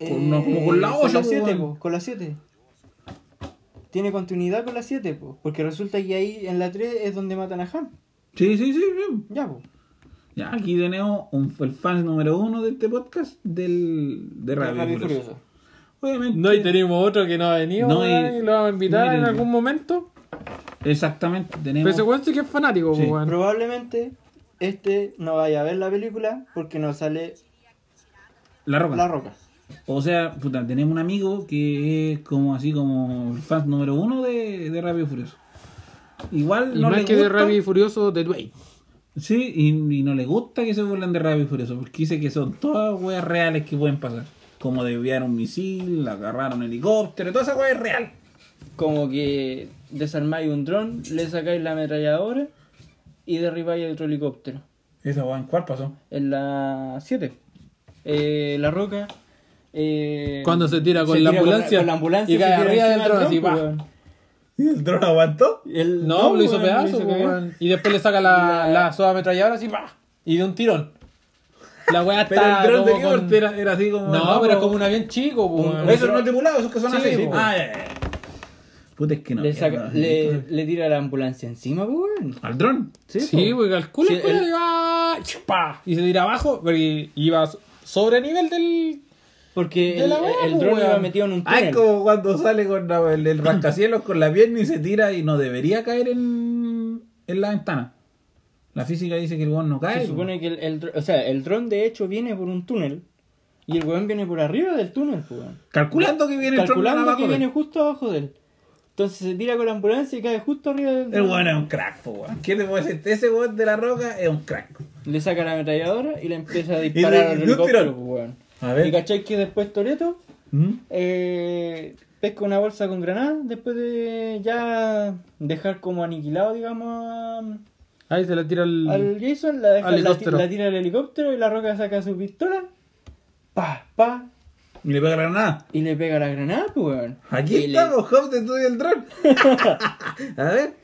B: eh,
A: Con la- como con la
B: Con
A: olla,
B: la
A: po,
B: 7,
A: weón.
B: Con la 7. Tiene continuidad con la 7, po, Porque resulta que ahí en la 3 es donde matan a Han.
A: Sí, sí, sí, sí.
B: Ya, po.
A: Ya, aquí tenemos un, el fan número uno de este podcast del, de Radio,
B: Rápido y
A: Furioso.
B: Furioso.
A: Obviamente.
C: No, y tenemos otro que no ha venido,
A: No, y-
C: weón, y, lo vamos a invitar
A: no, y-
C: en algún momento.
A: Exactamente,
C: Pero
A: tenemos.
C: ese weón sí que es fanático,
A: Sí.
C: weón.
B: Probablemente este no vaya a ver la película porque no sale
A: la roca.
B: La Roca.
A: O sea, puta, tenemos un amigo que es como así como el fan número uno de, de Radio Furioso. Igual
C: Y
A: no
C: más
A: le
C: que de
A: gusta.
C: Rápido y Furioso, de Dwayne.
A: Sí, y, y no le gusta que se burlen de Radio Furioso, porque dice que son todas weas reales que pueden pasar. Como desviar un misil, agarrar un helicóptero, toda esa wea es real.
B: Como que desarmáis un dron, le sacáis la ametralladora y derribáis otro helicóptero.
A: Esa wea en cuál pasó.
B: en la 7. Eh, la roca. eh,
C: Cuando se tira con la ambulancia
B: con la ambulancia
C: y cae
B: se tira
C: arriba
B: encima
C: del dron,
B: del
C: así,
B: dron,
C: pa.
A: ¿Y el dron aguantó?
B: pues, weón. El-
C: No, lo hizo
B: weón,
C: pedazo,
B: hizo
C: po,
B: pedazo.
C: weón. Y después le saca la, la soda ametralladora así, ¡pah! Y de un tirón. La weá
A: Pero
C: está.
A: el dron de
C: como con-
A: Gilbert era, era así como.
C: No, pero es como un avión chico, po, weón.
A: Esos no tripulados, esos que son
C: Sí,
A: así.
C: sí, po.
A: Ah, ya, ya, ya. Puta, es que no.
B: Le,
A: mierda,
B: saca-
A: no,
B: le,
A: no.
B: le tira la ambulancia encima, pues, weón.
A: Al dron.
C: Sí,
B: po.
C: pues calcula,
B: Sí,
C: el culo
B: el-
C: y va, ¡pa! Y se tira abajo, porque iba so- sobre el nivel del.
B: Porque
C: De
B: el,
C: la weá,
B: el
C: po,
B: dron iba
C: weón.
B: metido en un
A: Ah, es
B: túnel.
A: como cuando sale con la- el, el rascacielos con la pierna y se tira y no debería caer en, en la ventana. La física dice que el weón no cae.
B: Se supone que el, el dr- o sea, el dron de hecho viene por un túnel. Y el weón viene por arriba del túnel, pues, weón.
A: Calculando que viene el
B: Calculando
A: dron
B: que
A: abajo de él.
B: viene justo abajo de él. Entonces se tira con la ambulancia y cae justo arriba del
A: El weón es un crack, po, weón. ¿Qué te puedo decir? Ese weón de la roca es un crack.
B: Le saca la ametralladora y le empieza a
A: Y
B: disparar
A: le-
B: al
A: de un
B: helicóptero,
A: tirón.
B: pues, weón.
A: A ver.
B: Y cachai que después Toreto eh,
A: ¿Mm?
B: pesca una bolsa con granada después de ya dejar como aniquilado, digamos,
C: Ahí se le tira el.
B: a-
A: Mm.
B: al Jason, la, deja,
C: Al
B: la, ti-
C: helicóptero.
B: la tira al helicóptero y la roca saca su pistola, pa, pa,
A: Y le pega la granada.
B: y le pega la granada, pues, weón.
A: Aquí
B: Y le-
A: estamos, Hop, te estudia el dron. a ver.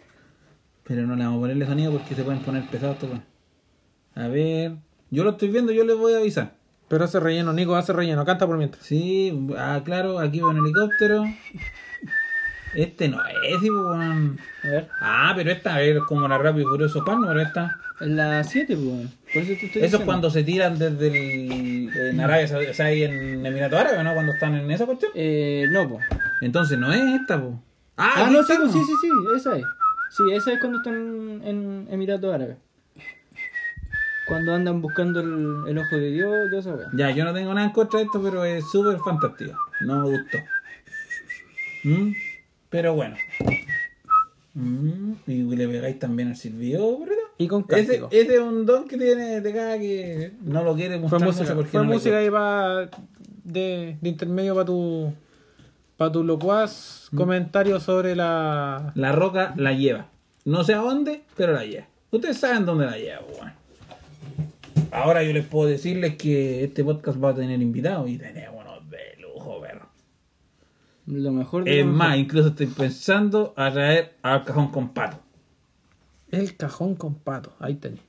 A: Pero no le vamos a ponerle sonido porque se pueden poner pesados estos weones. A ver. Yo lo estoy viendo, yo les voy a avisar.
C: Pero hace relleno, Nico, hace relleno. Canta por mientras.
A: Sí, ah, claro, aquí va un helicóptero. Este no es, sí, weón.
B: A ver.
A: Ah, pero esta, a ver, como la Rápido y Furioso Pan, pero esta.
B: En la 7, pues. Por eso
A: Eso
B: te estoy
A: es
B: diciendo.
A: cuando se tiran desde el. En Arabia, Saudita, o sea, ahí en Emiratos Árabes, ¿no? Cuando están en esa cuestión.
B: Eh, no, pues.
A: Entonces no es esta, pues. po.
B: Ah, no, sí,
A: estamos.
B: sí, sí, sí, esa es. Sí, esa es cuando están en Emiratos Árabes. Cuando andan buscando el, el ojo de Dios, toda esa weá.
A: Ya, yo no tengo nada en contra de esto, pero es súper fantástico. No me gustó. ¿Mm? Pero bueno. Mm, Y le pegáis también al Silvio, ¿verdad?
C: Y con
A: Ese,
C: cántico.
A: ese es un don que tiene de cada que no lo quiere
C: Fue
A: mostrar mucho
C: música,
A: porque
C: fue
A: no le
C: música ahí pa- de, de intermedio para tu, pa tu
A: Mm.
C: locuaz comentario sobre la...
A: La roca la lleva. No sé a dónde, pero la lleva. Ustedes saben dónde la lleva, weón. Ahora yo les puedo decirles que este podcast va a tener invitados y tenemos unos de lujo, perro.
B: Lo mejor de
A: Es
B: lo mejor.
A: más, incluso estoy pensando a traer al cajón con pato.
C: El cajón con pato. Ahí tenés.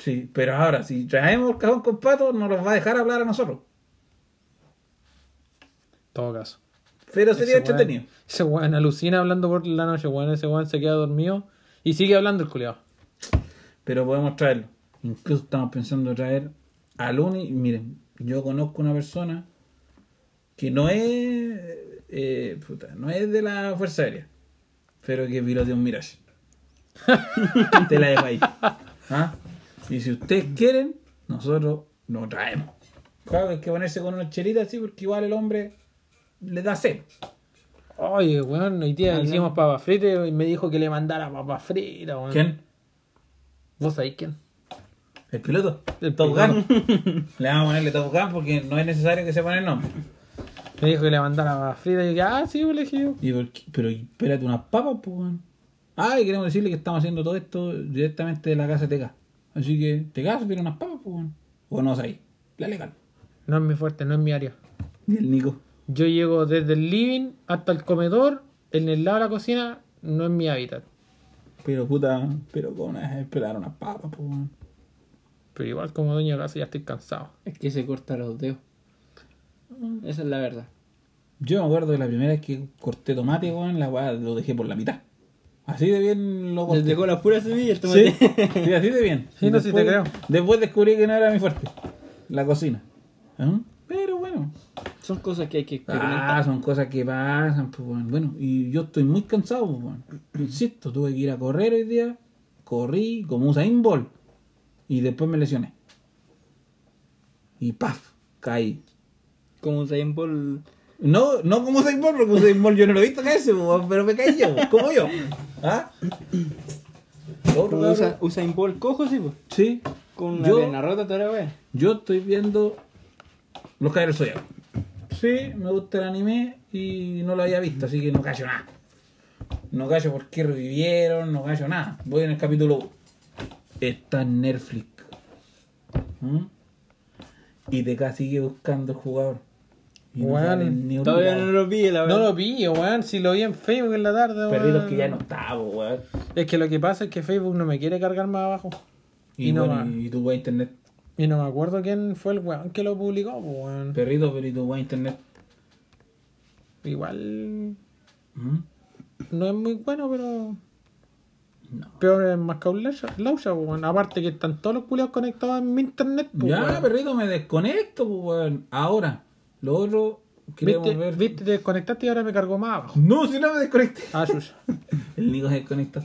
A: Sí, pero ahora, si traemos al cajón con pato, no los va a dejar hablar a nosotros.
C: Todo caso.
A: Pero sería
C: Ese weón-
A: entretenido.
C: Ese weón alucina hablando por la noche, weón. Ese weón se queda dormido y sigue hablando el culiado.
A: pero podemos traerlo. Incluso estamos pensando traer a Luni. Miren, yo conozco una persona que no es eh, puta, no es de la Fuerza Aérea, pero que pilotea un Mirage. Te la dejo ahí. ¿Ah? Y si ustedes quieren, nosotros lo traemos. Claro, hay que ponerse con una chelita así, porque igual el hombre le da sed.
C: Oye, weón, hoy día hicimos papas fritas y me dijo que le mandara papas fritas, weón.
A: ¿Quién?
C: ¿Vos sabés quién?
A: El piloto.
C: El
A: Top Gun. Le vamos a ponerle Top Gun porque no es necesario que se ponga el nombre.
C: Me dijo que le mandara papas fritas y yo dije, ah, sí, pues, le dije yo.
A: ¿Y por qué? Pero y espérate unas papas, pues, weón. Ah, y queremos decirle que estamos haciendo todo esto directamente de la casa de TK. Así que, TK se pide unas papas, pues, weón. O no, ahí. La legal.
C: No es mi fuerte, no es mi área.
A: Y el Nico.
C: Yo llego desde el living hasta el comedor, en el lado de la cocina, no es mi hábitat.
A: Pero puta, pero con esperar unas papas, pues, weón.
C: Pero igual como dueño de casa ya estoy cansado.
B: Es que se corta los dedos. Mm, Esa es la verdad.
A: Yo me acuerdo de la primera vez que corté tomate, weón, la weá lo dejé por la mitad. Así de bien lo
B: Les
A: corté.
B: dejó las puras semillas el
A: Sí,
B: tomate.
A: sí, así de bien.
C: Sí, no, sí te creo.
A: Después descubrí que no era mi fuerte. La cocina. Ajá. Pero bueno,
B: Son cosas que hay que experimentar.
A: Ah, son cosas que pasan, pues, weón. Bueno, y yo estoy muy cansado, pues, weón. Insisto, tuve que ir a correr hoy día. Corrí como Usain Bolt. Y después me lesioné. Y paf, caí.
B: Como un Saiyan Ball.
A: No, no como Usain Bolt, porque Usain Bolt yo no lo he visto caerse, pues, weón, pero me caí yo, pues, como yo. ¿Ah? Lo otro,
B: Como
A: cabrón,
B: usa, Usain Ball cojo, sí, pues.
A: Sí,
B: Con una
A: Yo-
B: pierna rota toda la wea.
A: yo estoy viendo Los Caballeros del Zodiaco. Sí, me gusta el anime y no lo había visto, así que no callo nada. No callo por qué revivieron, no callo nada. Voy en el capítulo 1. Está en Netflix. ¿Mm? Y TK sigue buscando el jugador. Y no
C: Weón,
A: sale en ni un
B: Todavía
A: lado.
B: no lo pillé, la
C: No
B: verdad.
C: lo pillo, weón, si lo vi en Facebook en la tarde, weón.
A: Perdidos que ya no está, po, weón.
C: Es que lo que pasa es que Facebook no me quiere cargar más abajo.
A: Y,
C: Y no
A: bueno,
C: más.
A: y tu weón internet.
C: Y no me acuerdo quién fue el weón que lo publicó, pues, weón.
A: Perrito, pero y tu weón internet.
C: Igual
A: ¿Mm?
C: no es muy bueno, pero.
A: No.
C: Peor es más que un laucha, laucha, pues, weón. Aparte que están todos los culiados conectados en mi internet, pues,
A: ya,
C: weón.
A: perrito, me desconecto, po, weón. Ahora, lo otro queremos
C: ¿Viste,
A: ver.
C: viste, te desconectaste y ahora me cargó más abajo.
A: No, si no me desconecté.
C: Ah, chucha.
A: El Nico se desconecta.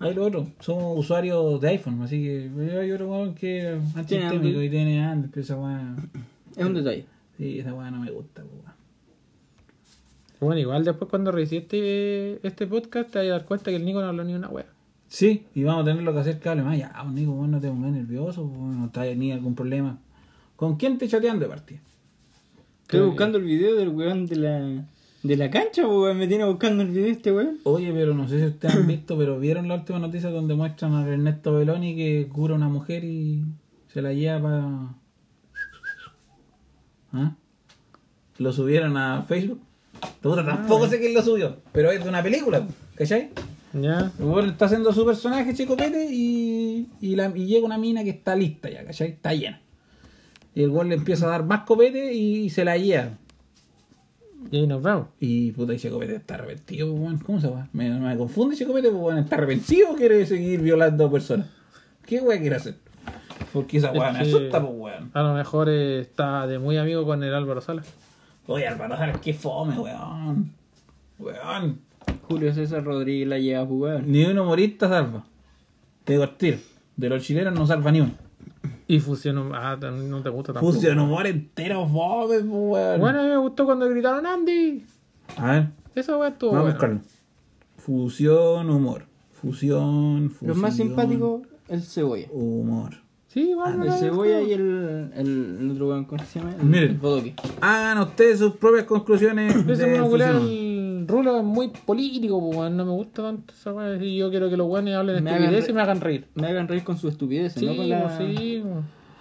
A: Ahí lo otro. Somos usuarios de iPhone, así que yo hay otro weón que es antisistémico
B: Android.
A: y tiene Android, pero esa weá.
B: Es un detalle.
A: Sí, esa weá no me gusta, po, weón.
C: Bueno, igual después cuando revisé este podcast te vas a dar cuenta que el Nico no habló ni una wea.
A: Sí, y vamos a tener lo que hacer que hable más. Ya, pues, Nico, vos no te pongas nervioso, po, no traes ni algún problema. ¿Con quién te chateando de partida?
B: Estoy buscando el video del weón de la, de la cancha, pues, weón. Me tiene buscando el video este weón.
A: Oye, pero no sé si ustedes han visto, pero vieron la última noticia donde muestran a Ernesto Beloni que cura a una mujer y se la lleva para... ¿Ah? Lo subieron a Facebook. Puta, tampoco sé quién lo subió, pero es de una película. ¿Cachai?
C: Ya.
A: El weón está haciendo su personaje, Chico Pete, y, y, la- y llega una mina que está lista ya, ¿cachai? Está llena. Y el weón le empieza a dar más copete y se la lleva.
C: Y ahí nos vamos.
A: Y puta, y Chico Pete está arrepentido, pues, weón. ¿Cómo se va? Me, me confunde Chico Pete, pues, weón. ¿Está arrepentido o quiere seguir violando personas? ¿Qué weón quiere hacer? Porque esa weón me
C: que-
A: asusta, pues, weón.
C: A lo mejor eh, está de muy amigo con el Álvaro Sala.
A: Oye, Álvaro Salas, qué fome, weón. Weón.
B: Julio César Rodríguez la lleva pues, a jugar.
A: Ni un humorista salva. Te digo al tiro. De los chilenos no salva ni uno.
C: Y fusionó. Ah, t- no te gusta tampoco.
A: Fusion humor entero, fome, pues, weón.
C: Bueno, a mí me gustó cuando gritaron Andy.
A: A ver,
C: Eso weá estuvo.
A: vamos a
C: bueno.
A: buscarlo. Fusión, humor. Fusión, fusión.
B: Los más simpáticos, el cebolla.
A: Humor.
C: Sí, vamos
B: El
C: a
B: cebolla y el, el, el otro weón, ¿cómo se llama? El,
A: Miren.
B: el bodoque.
A: Hagan ustedes sus propias conclusiones.
C: Ese
A: del
C: monocular,
A: fusión.
C: el rulo es muy político, pues, weón. No me gusta tanto esa weá. Y yo quiero que los weones hablen
B: Me
C: de
B: hagan
C: estupidez
B: re-
C: y me hagan reír.
B: Me hagan reír con su estupidez,
C: Sí,
B: ¿no? Con
C: pues,
B: la-
C: sí. pues.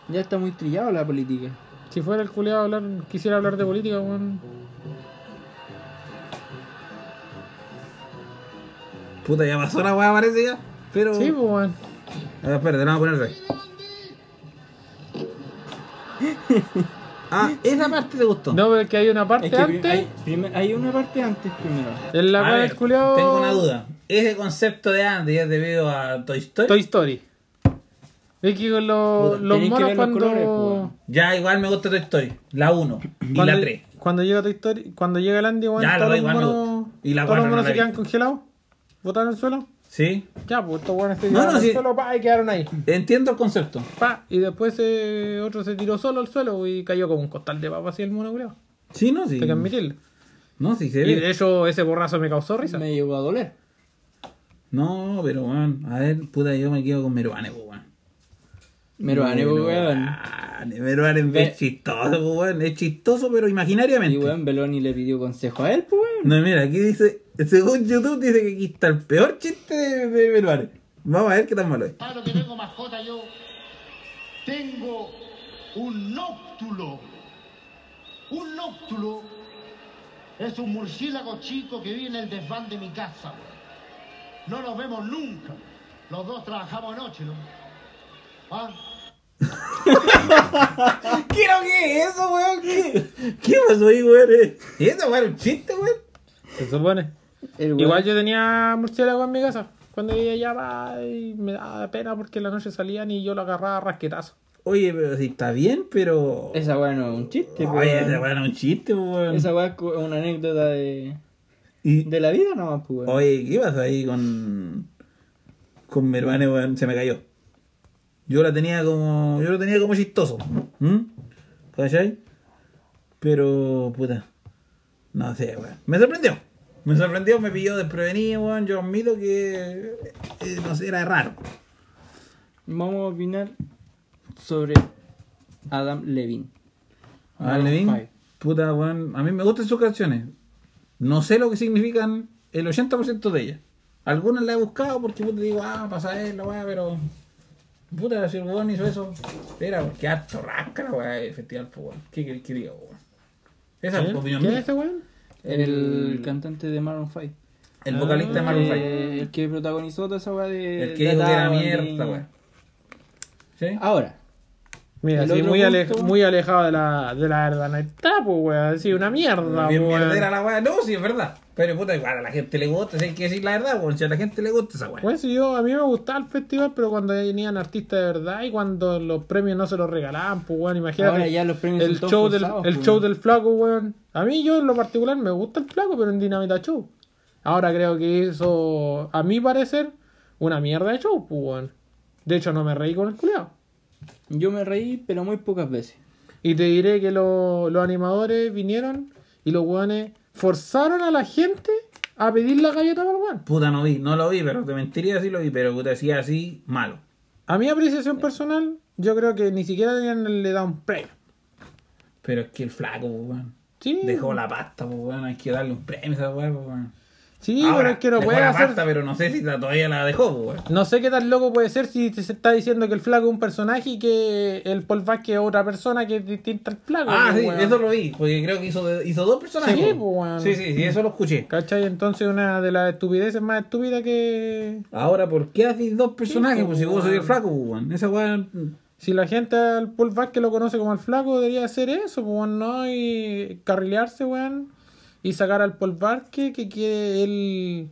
B: Ya está muy trillado la política.
C: Si fuera el culiado a hablar, quisiera hablar de política, weón.
A: Puta, ya pasó la weá, parece ya. Pero.
C: Sí, pues, weón.
A: A ver, espérate, la vamos a poner rey. Ah, esa parte te gustó.
C: No, pero es que hay una parte
B: Es que prim-
C: antes.
B: hay, primer- hay una parte antes primero.
C: En la
A: A
C: cual
A: ver,
C: el culiado.
A: Tengo una duda. Ese concepto de Andy es debido a Toy Story.
C: Toy Story. Es que con los-
B: Puta,
C: los
B: tenéis que ver
C: monos
B: los
C: cuando.
B: colores, pues, weón.
A: Ya, igual me gusta Toy Story. La 1 y
C: cuando,
A: la 3.
C: Cuando llega Toy Story. Cuando llega el Andy, weón,
A: Ya, la
C: todos
A: dos
C: los
A: igual me
C: monos.
A: gusta. Y la
C: todos
A: cuatro
C: los
A: no
C: monos
A: la
C: se
A: vi.
C: quedan congelados. Botaron al suelo.
A: ¿Sí?
C: Ya, pues estos weones se
A: No, no,
C: tiraron al
A: sí.
C: suelo, pa, y quedaron ahí.
A: Entiendo el concepto.
C: Pa, y después eh, otro se tiró solo al suelo y cayó como un costal de papa así el mono, culiado.
A: Sí, no, sí.
C: Hay que admitirlo.
A: No, sí, se
C: Y de
A: ve.
C: hecho, ese borrazo me causó risa.
B: Me llegó a doler.
A: No, pero weón. A ver, puta, yo me quedo con Meruane, pues, weón.
B: Meruane, pues, weón.
A: Meruane, Meruane es
B: Ve-
A: chistoso, pues, weón. Es chistoso, pero
B: Y
A: imaginariamente.
B: weón, Beloni le pidió consejo a él, pues, weón.
A: No, mira, aquí dice, según YouTube dice que aquí está el peor chiste de, de Meruane. Vamos a ver qué tan malo es.
D: Palo que tengo mascota yo, tengo un nóctulo. Un nóctulo es un murciélago chico que vive en el desván de mi casa. güey. No nos vemos nunca. Los dos trabajamos anoche, ¿no? ¿Ah?
A: Quiero que eso, weón. ¿Qué, ¿Qué pasó ahí, weón? Eh, Eso, weón, un chiste, weón.
C: Se supone.
B: El weón-
C: Igual yo tenía murciélago en mi casa. Cuando ella allá pa, y me daba pena porque en la noche salían y yo lo agarraba a rasquetazo.
A: Oye, pero si está bien, pero.
B: Esa weón no es un chiste, pues,
A: Oye,
B: weón.
A: ese weón es un chiste, weón.
B: Esa weón es cu- una anécdota de,
A: Y-
B: de la vida nomás, pues, weón.
A: Oye, ¿qué pasa ahí con. con Meruane, weón? Se me cayó. Yo la tenía como. Yo lo tenía como chistoso. ¿Mm? ¿Cachai? Pero, puta. No sé, weón. Me sorprendió. Me sorprendió, me pilló desprevenido, weón. Yo admito que. eh, no sé, era raro.
B: Vamos a opinar sobre Adam Levine.
A: A
B: Maroon
A: Levin,
B: five.
A: Ah, puta, weón. A mí me gustan sus canciones. No sé lo que significan el 80% de ellas. Algunas las he buscado porque puta, digo, ah, pasa él, la weá, pero. Puta, si el weón hizo eso. Era porque harto rasca la weá del festival, pues, weón. ¿Qué querés que diga, weón? Esa es
C: ¿Eh?
A: la opinión
C: ¿Quién es
A: mía.
C: ese weón?
B: El cantante de Maroon 5.
A: El vocalista de
C: Ah,
A: Maroon
B: Eh,
A: 5.
B: El que protagonizó toda esa weá de.
A: El que dijo que era
B: Adam
A: mierda,
B: Levine.
A: weón. ¿Sí?
B: Ahora,
C: Mira,
B: El
C: sí,
B: otro
C: muy, ale-
B: punto.
C: muy alejado de la, de la verdad. No está, pues, weón. Sí, una mierda,
A: Bien
C: weón.
A: mierdera la weá. No, sí, es verdad. Pero puta, igual a la gente le gusta, si hay que decir la verdad, weón. Si a la gente le gusta esa weá.
C: Pues sí, yo, a mí me gustaba el festival, pero cuando venían artistas de verdad y cuando los premios no se los regalaban, pues, weón, imagínate.
B: Ahora ya los premios
C: el
B: son todos
C: show del,
B: forzados,
C: El
B: pues,
C: show
B: weón.
C: del flaco, weón. A mí yo en lo particular me gusta el flaco, pero en Dinamita Show. Ahora creo que hizo, a mi parecer, una mierda de show, pues, weón. De hecho, no me reí con el culiao.
B: yo me reí, pero muy pocas veces.
C: Y te diré que lo- los animadores vinieron y los weones forzaron a la gente a pedir la galleta para el weón.
A: Puta, no vi, no lo vi, pero te mentiría si lo vi, pero puta, si es así, malo.
C: A mi apreciación personal, yo creo que ni siquiera tenían le da un premio.
A: Pero es que el flaco, pues, weón.
C: Sí.
A: Dejó la pasta, pues, weón. Hay que darle un premio a esa weá, pues, weón.
C: Sí,
A: Ahora,
C: pero es que no
A: dejó
C: puede
A: la
C: hacer.
A: pasta, pero no sé si la- todavía la dejó, pues, weón.
C: No sé qué tan loco puede ser si te- se está diciendo que el flaco es un personaje y que el Paul Vázquez es otra persona que es distinta al flaco.
A: Ah,
C: pues,
A: sí,
C: weón.
A: eso lo vi, porque creo que hizo, hizo dos personajes.
C: Sí,
A: po.
C: pues, weón.
A: sí, sí, sí, eso lo escuché.
C: ¿Cachai? Entonces una de las estupideces más estúpidas que...
A: Ahora, ¿por qué haces dos personajes?
C: Sí,
A: pues si
C: weón.
A: vos soy el flaco, weón. Esa mm, weón.
C: Si la gente al Paul Vázquez lo conoce como el flaco, debería hacer eso, pues, weón, ¿no? Y carrilearse, weón. Y sacar al Paul Vázquez que quiere él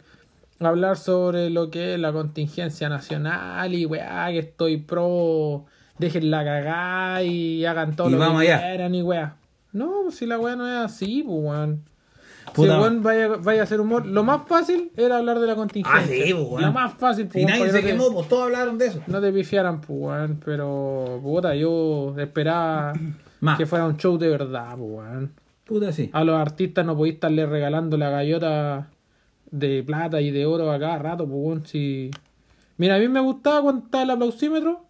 C: hablar sobre lo que es la contingencia nacional y, weá, que estoy pro, déjenla cagar y hagan todo
A: Y
C: lo
A: vamos
C: que
A: allá.
C: quieran y, weá. No, pues, si la weá no es así, pues, weón. Si
A: Puta.
C: el weón vaya, vaya a hacer humor, lo más fácil era hablar de la contingencia.
A: Ah, sí, pues, weón.
C: Lo más fácil, pues,
A: Si
C: weón,
A: nadie
C: para
A: se
C: que no te-
A: quemó, pues todos hablaron de eso.
C: no te pifiaran, pues, weón, pero puta, yo esperaba
A: Más.
C: que fuera un show de verdad, pues, weón.
A: Puta, sí.
C: A los artistas no podéis estarle regalando la gallota de plata y de oro a cada rato, pues, weón. Si... Mira, a mí me gustaba cuando estaba el aplausímetro.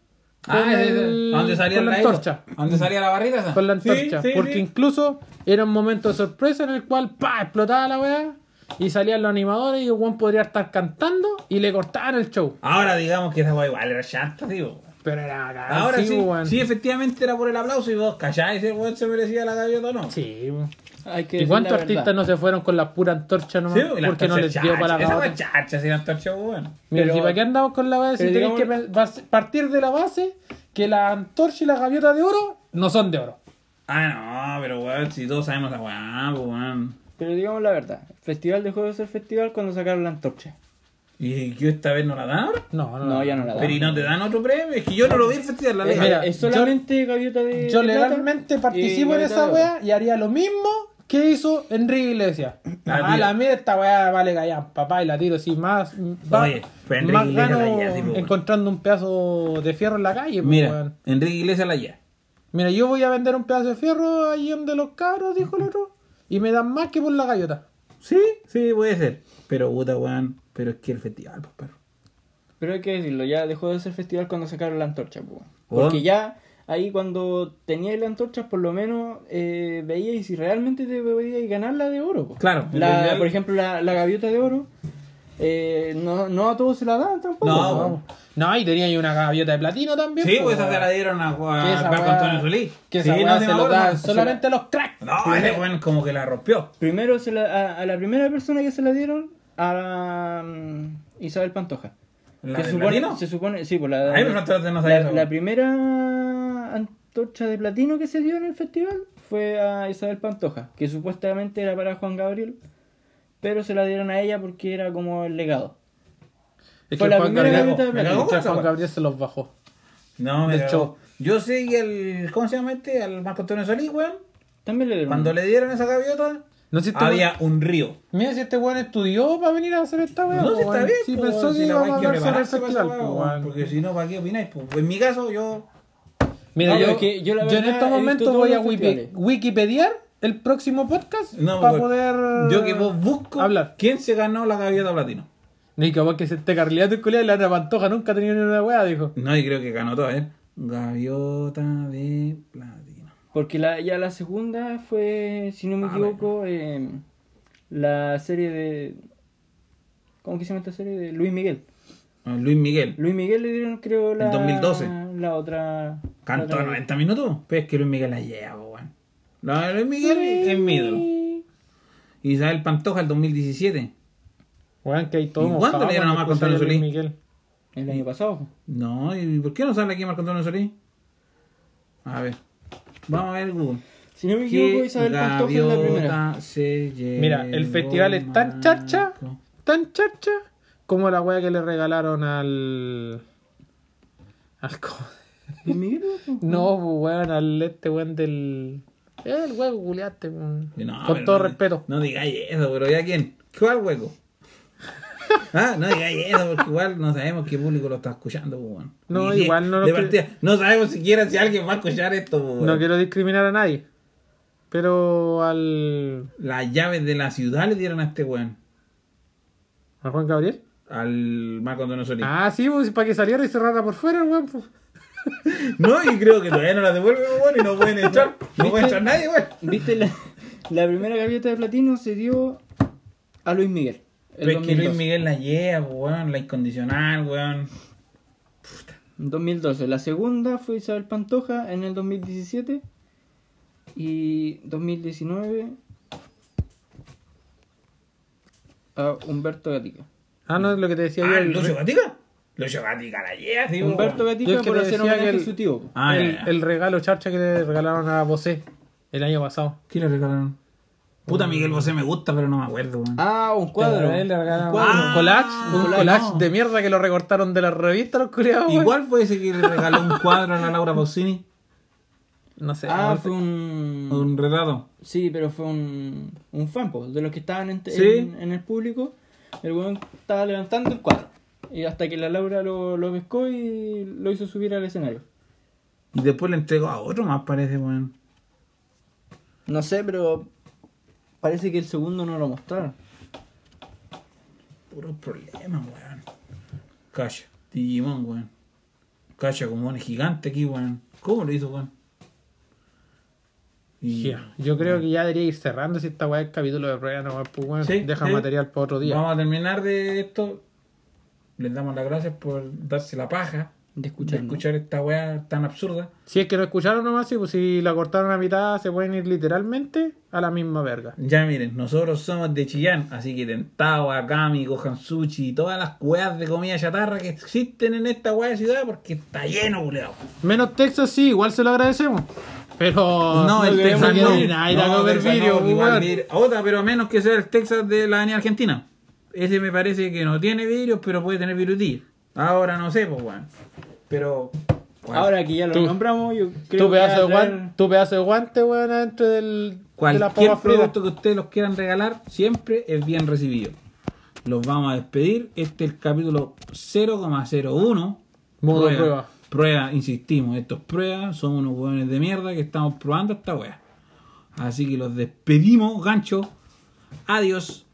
C: con
A: Ah, ese-
C: el-
A: ¿a dónde salía
C: con
A: el
C: la
A: raíz?
C: antorcha.
A: ¿A dónde salía la barrita esa?
C: Con la
A: Sí,
C: antorcha.
A: sí,
C: porque
A: sí.
C: incluso era un momento de sorpresa en el cual pa explotaba la weá y salían los animadores y el weón podría estar cantando y le cortaban el show.
A: Ahora digamos que esa weón igual era chanta, sí, po.
C: Pero era la
A: Ahora sí, sí,
C: Ah, weón.
A: efectivamente era por el aplauso y vos calláis, ese weón se merecía la gaviota o no.
C: Sí, weón.
B: Hay que
C: ¿Y
B: decir
C: cuántos
B: la verdad.
C: artistas no se fueron con la pura antorcha nomás?
A: Sí, po, y la
C: porque no
A: antorcha
C: les dio
A: chacha.
C: para la
A: Esa
C: otra.
A: weón chacha, si la antorcha, weón.
C: Mira,
B: Pero-
C: si para qué andamos con la base,
B: pero
C: tenéis que
B: digamos-
C: pe- bas- partir de la base que la antorcha y la gaviota de oro no son de oro.
A: Ah, no, pero weón, si todos sabemos la weón, pues, weón.
B: Pero digamos la verdad, el festival dejó de ser festival cuando sacaron la antorcha.
A: ¿Y que esta vez no la dan ahora?
C: No, no,
B: No, ya no la dan.
A: Ah, Pero ¿y no te dan otro premio? Es que yo no lo vi en festival, la
B: Eh,
A: ley.
C: mira,
B: es
C: yo-
B: solamente gaviota
A: Eh,
B: de.
C: Yo
B: de plata
C: legalmente
B: y
C: participo en
B: gaviota de
C: esa
B: oro.
C: weá y haría lo mismo que hizo Enrique Iglesias.
A: La
C: A la
A: tira.
C: mierda esta weá vale callar, papá, y la tiro así más. va-
A: Oye, pero Enrique
C: más
A: Iglesias
C: gano
A: la lleva, sí, po, weón.
C: encontrando un pedazo de fierro en la calle, po,
A: Mira,
C: pues, weón.
A: Enrique Iglesias la ya.
C: Mira, yo voy a vender un pedazo de fierro ahí donde los cabros, dijo el otro. Y me dan más que por la gallota.
A: Sí, sí, puede ser. Pero puta, weón. Pero es que el festival, pues, perro.
B: Pero hay que decirlo, ya dejó de ser festival cuando sacaron la antorcha, po, weón.
A: Weón.
B: Porque ya ahí cuando teníais la antorcha, por lo menos eh, veíais si realmente te podíais ganar la de oro. po.
A: Claro,
B: La-
A: en realidad-
B: por ejemplo, la, la gaviota de oro, eh, no, no a todos se la dan tampoco.
A: No,
B: po,
A: po.
B: weón.
C: No, y tenía ahí una gaviota de platino también.
A: Sí,
C: po,
A: pues esa
C: weón.
A: se la dieron a,
C: Que
A: a,
C: esa
A: Marco
C: weá-
A: Antonio Solís.
C: Que esa
A: sí,
C: weá
A: no
C: se
A: me
C: lo
A: acuerdo.
C: dan solamente los cracks.
A: No, eh. ese weón como que la rompió.
B: Primero se la- a, a la primera persona que se la dieron, a la, mm, Isabel Pantoja.
A: ¿La
B: Que
A: del
B: supone-
A: platino?
B: Se supone, sí, por la,
A: A mí me faltó- no sabía
B: la,
A: eso.
B: la primera antorcha de platino que se dio en el festival fue a Isabel Pantoja, que supuestamente era para Juan Gabriel, pero se la dieron a ella porque era como el legado.
C: Es
B: Fue
C: que
B: la
C: Juan
B: primera
C: Gabriel,
B: gaviota de
A: Me cagó
C: que
A: esa
C: Juan
A: weá.
C: Gabriel se los bajó.
A: No, me
C: del show.
A: cagó. Yo sé que el. ¿Cómo se llama este? Al Marco Antonio Solís, weón.
B: También le dieron.
A: Cuando le dieron esa gaviota,
C: No sé si este
A: había
C: weón-
A: un río.
C: Mira si este weón estudió para venir a hacer esta weá.
A: No,
C: po,
A: si está
C: Ah, weón.
A: bien.
C: Sí,
A: po,
C: pensó
A: si
C: que
A: la
C: iba
A: weá
C: a
A: hay que
C: hablar sobre el
A: prepararse para esa
C: festival,
A: weá,
C: po,
A: weón,
C: weón.
A: Porque si no, ¿para qué opináis? po? En mi caso, yo.
C: Mira,
B: No,
C: yo,
B: pero que yo
C: yo,
B: la
C: en
B: verdad
C: estos
B: he visto
C: momentos
B: todos
C: voy a
B: los
C: wiki-
B: festivales.
C: wikipediar el próximo podcast
A: No,
C: para
A: weón.
C: poder...
A: Yo que vos busco.
C: Hablar.
A: ¿Quién se ganó la gaviota platino?
C: Ni capaz que se esté carrileando el culiado y la Ana Pantoja nunca ha tenido ni una weá, dijo.
A: No, y creo que ganó todo, ¿eh? Gaviota de platino.
B: Porque la, ya la segunda fue, si no me
A: Ah,
B: equivoco, eh, la serie de... ¿Cómo que se llama esta serie? De Luis Miguel.
A: Ah, Luis Miguel.
B: Luis Miguel le dieron, creo, la...
A: 2012.
B: La otra... la
A: Cantó
B: otra-
A: 90 minutos. Pero es que Luis Miguel la lleva, po, weón. No, Luis Miguel es mi ídolo. Isabel Pantoja, el 2017.
C: Weón, que hay todo
A: ¿Y cuándo
C: mojado
A: le dieron a Marco
C: cuando
A: Antonio
C: escuché a Luis
A: Solís?
C: Miguel.
B: El año pasado. fue.
A: No, ¿y por qué no sale aquí Marco Antonio Solís? A ver. Vamos a ver Google.
B: Si no me equivoco,
A: ¿Qué
B: Isabel Pantoja es la primera.
A: gaviota se llevó
C: Mira, el festival es tan
A: Marco?
C: charcha, tan charcha, como la weá que le regalaron al... al co-
B: Luis Miguel, ¿no?
C: no, pues, weón, al este weón del... Eh, el huevo culiaste, weón.
A: No,
C: Con
A: pero
C: todo
A: no-
C: respeto.
A: No digáis eso, pero ¿ya quién? ¿Cuál hueco? Ah, no digáis eso, porque igual no sabemos qué público lo está escuchando, pues, weón.
C: No,
A: Ni si-
C: igual no lo
A: de
C: que-
A: partida, No sabemos siquiera si alguien va a escuchar esto, pues, weón.
C: No quiero discriminar a nadie. Pero al.
A: Las llaves de la ciudad le dieron a este weón.
C: ¿A Juan Gabriel?
A: Al Marco Antonio Solís.
C: Ah, sí, pues, para que saliera y cerrara por fuera, weón. pues.
A: No, y creo que todavía no las devuelven, weón, y no pueden entrar. No puede entrar nadie, weón.
B: ¿Viste? La, la primera gaviota de platino se dio a Luis Miguel. El
A: Pero es que Luis
B: 2012.
A: Miguel la lleva, pues, weón, la incondicional, weón.
B: 2012. La segunda fue Isabel Pantoja en el 2017. Y 2019 a Humberto Gatica.
C: Ah, no, lo que te decía yo.
A: Ah,
C: el-
A: ¿Lucio Gatica? Lucio Gatica la lleva, sí, pues, weón.
B: Humberto
C: Yo
B: Gatica
C: es que
B: por
C: te
B: hacer
C: decía
B: homenaje
C: que el-
B: a su tío.
A: Ah,
C: el,
A: ya, ya.
C: el regalo charcha que le regalaron a Bosé el año pasado.
A: ¿Qué le regalaron? Puta Miguel Bosé me gusta, pero no me acuerdo, weón.
B: Ah, un cuadro.
C: A él le regalaron
B: Un
C: un
B: cuadro.
C: collage,
A: Ah,
C: un
A: collage,
C: collage
A: no.
C: de mierda que lo recortaron de la revista, los culiados. güey.
A: Igual fue ese que le regaló un cuadro a la Laura Pausini,
C: No sé.
B: Ah,
C: no sé.
B: fue un...
A: un retrato.
B: Sí, pero fue un, un fan, po, de los que estaban en,
A: Sí.
B: en- en el público. El weón estaba levantando el cuadro. Y hasta que la Laura lo, lo pescó y lo hizo subir al escenario.
A: Y después le entregó a otro más, parece, weón.
B: No sé, pero parece que el segundo no lo mostraron.
A: Puros problemas, weón. Cacha, Digimon, weón. Cacha, como un gigante aquí, weón. ¿Cómo lo hizo, weón? Y
C: Ya, Yo creo que ya debería ir cerrando si esta weá es capítulo de prueba nomás, pues weón.
A: Sí,
C: Deja
A: sí.
C: material para otro día.
A: vamos a terminar de esto. Les damos las gracias por darse la paja
B: De
A: de
B: escuchar. ¿no?
A: escuchar esta weá tan absurda.
C: Si es que no escucharon nomás, sí, pues si la cortaron a mitad, se pueden ir literalmente a la misma verga.
A: Ya miren, nosotros somos de Chillán, así que Tentao, Akami, Gohan Sushi y todas las weas de comida chatarra que existen en esta weá de ciudad porque está lleno, culeado.
C: Menos Texas sí, igual se lo agradecemos. Pero
A: Texas
C: queremos ir a ir a comer
A: Texas
C: vidrio,
A: no, igual
C: pues, weón.
A: vidrio. Otra, pero a menos que sea el Texas de la avenida Argentina. Ese me parece que no tiene vidrios, pero puede tener virutí. Ahora no sé, pues weón. Pero. weón,
B: Ahora que ya lo
C: Tú-
B: nombramos, yo creo
C: Tu
B: que
C: pedazo,
B: voy a
C: de
B: traer-
C: guan- tu pedazo de guante, weón, adentro del, de las
A: Cualquier
C: papas fritas.
A: producto que ustedes los quieran regalar siempre es bien recibido. Los vamos a despedir. Este es el capítulo 0,01.
C: Modo
A: prueba.
C: prueba.
A: Prueba, insistimos, esto es prueba. Son unos hueones de mierda que estamos probando esta wea. Así que los despedimos, gancho. Adiós.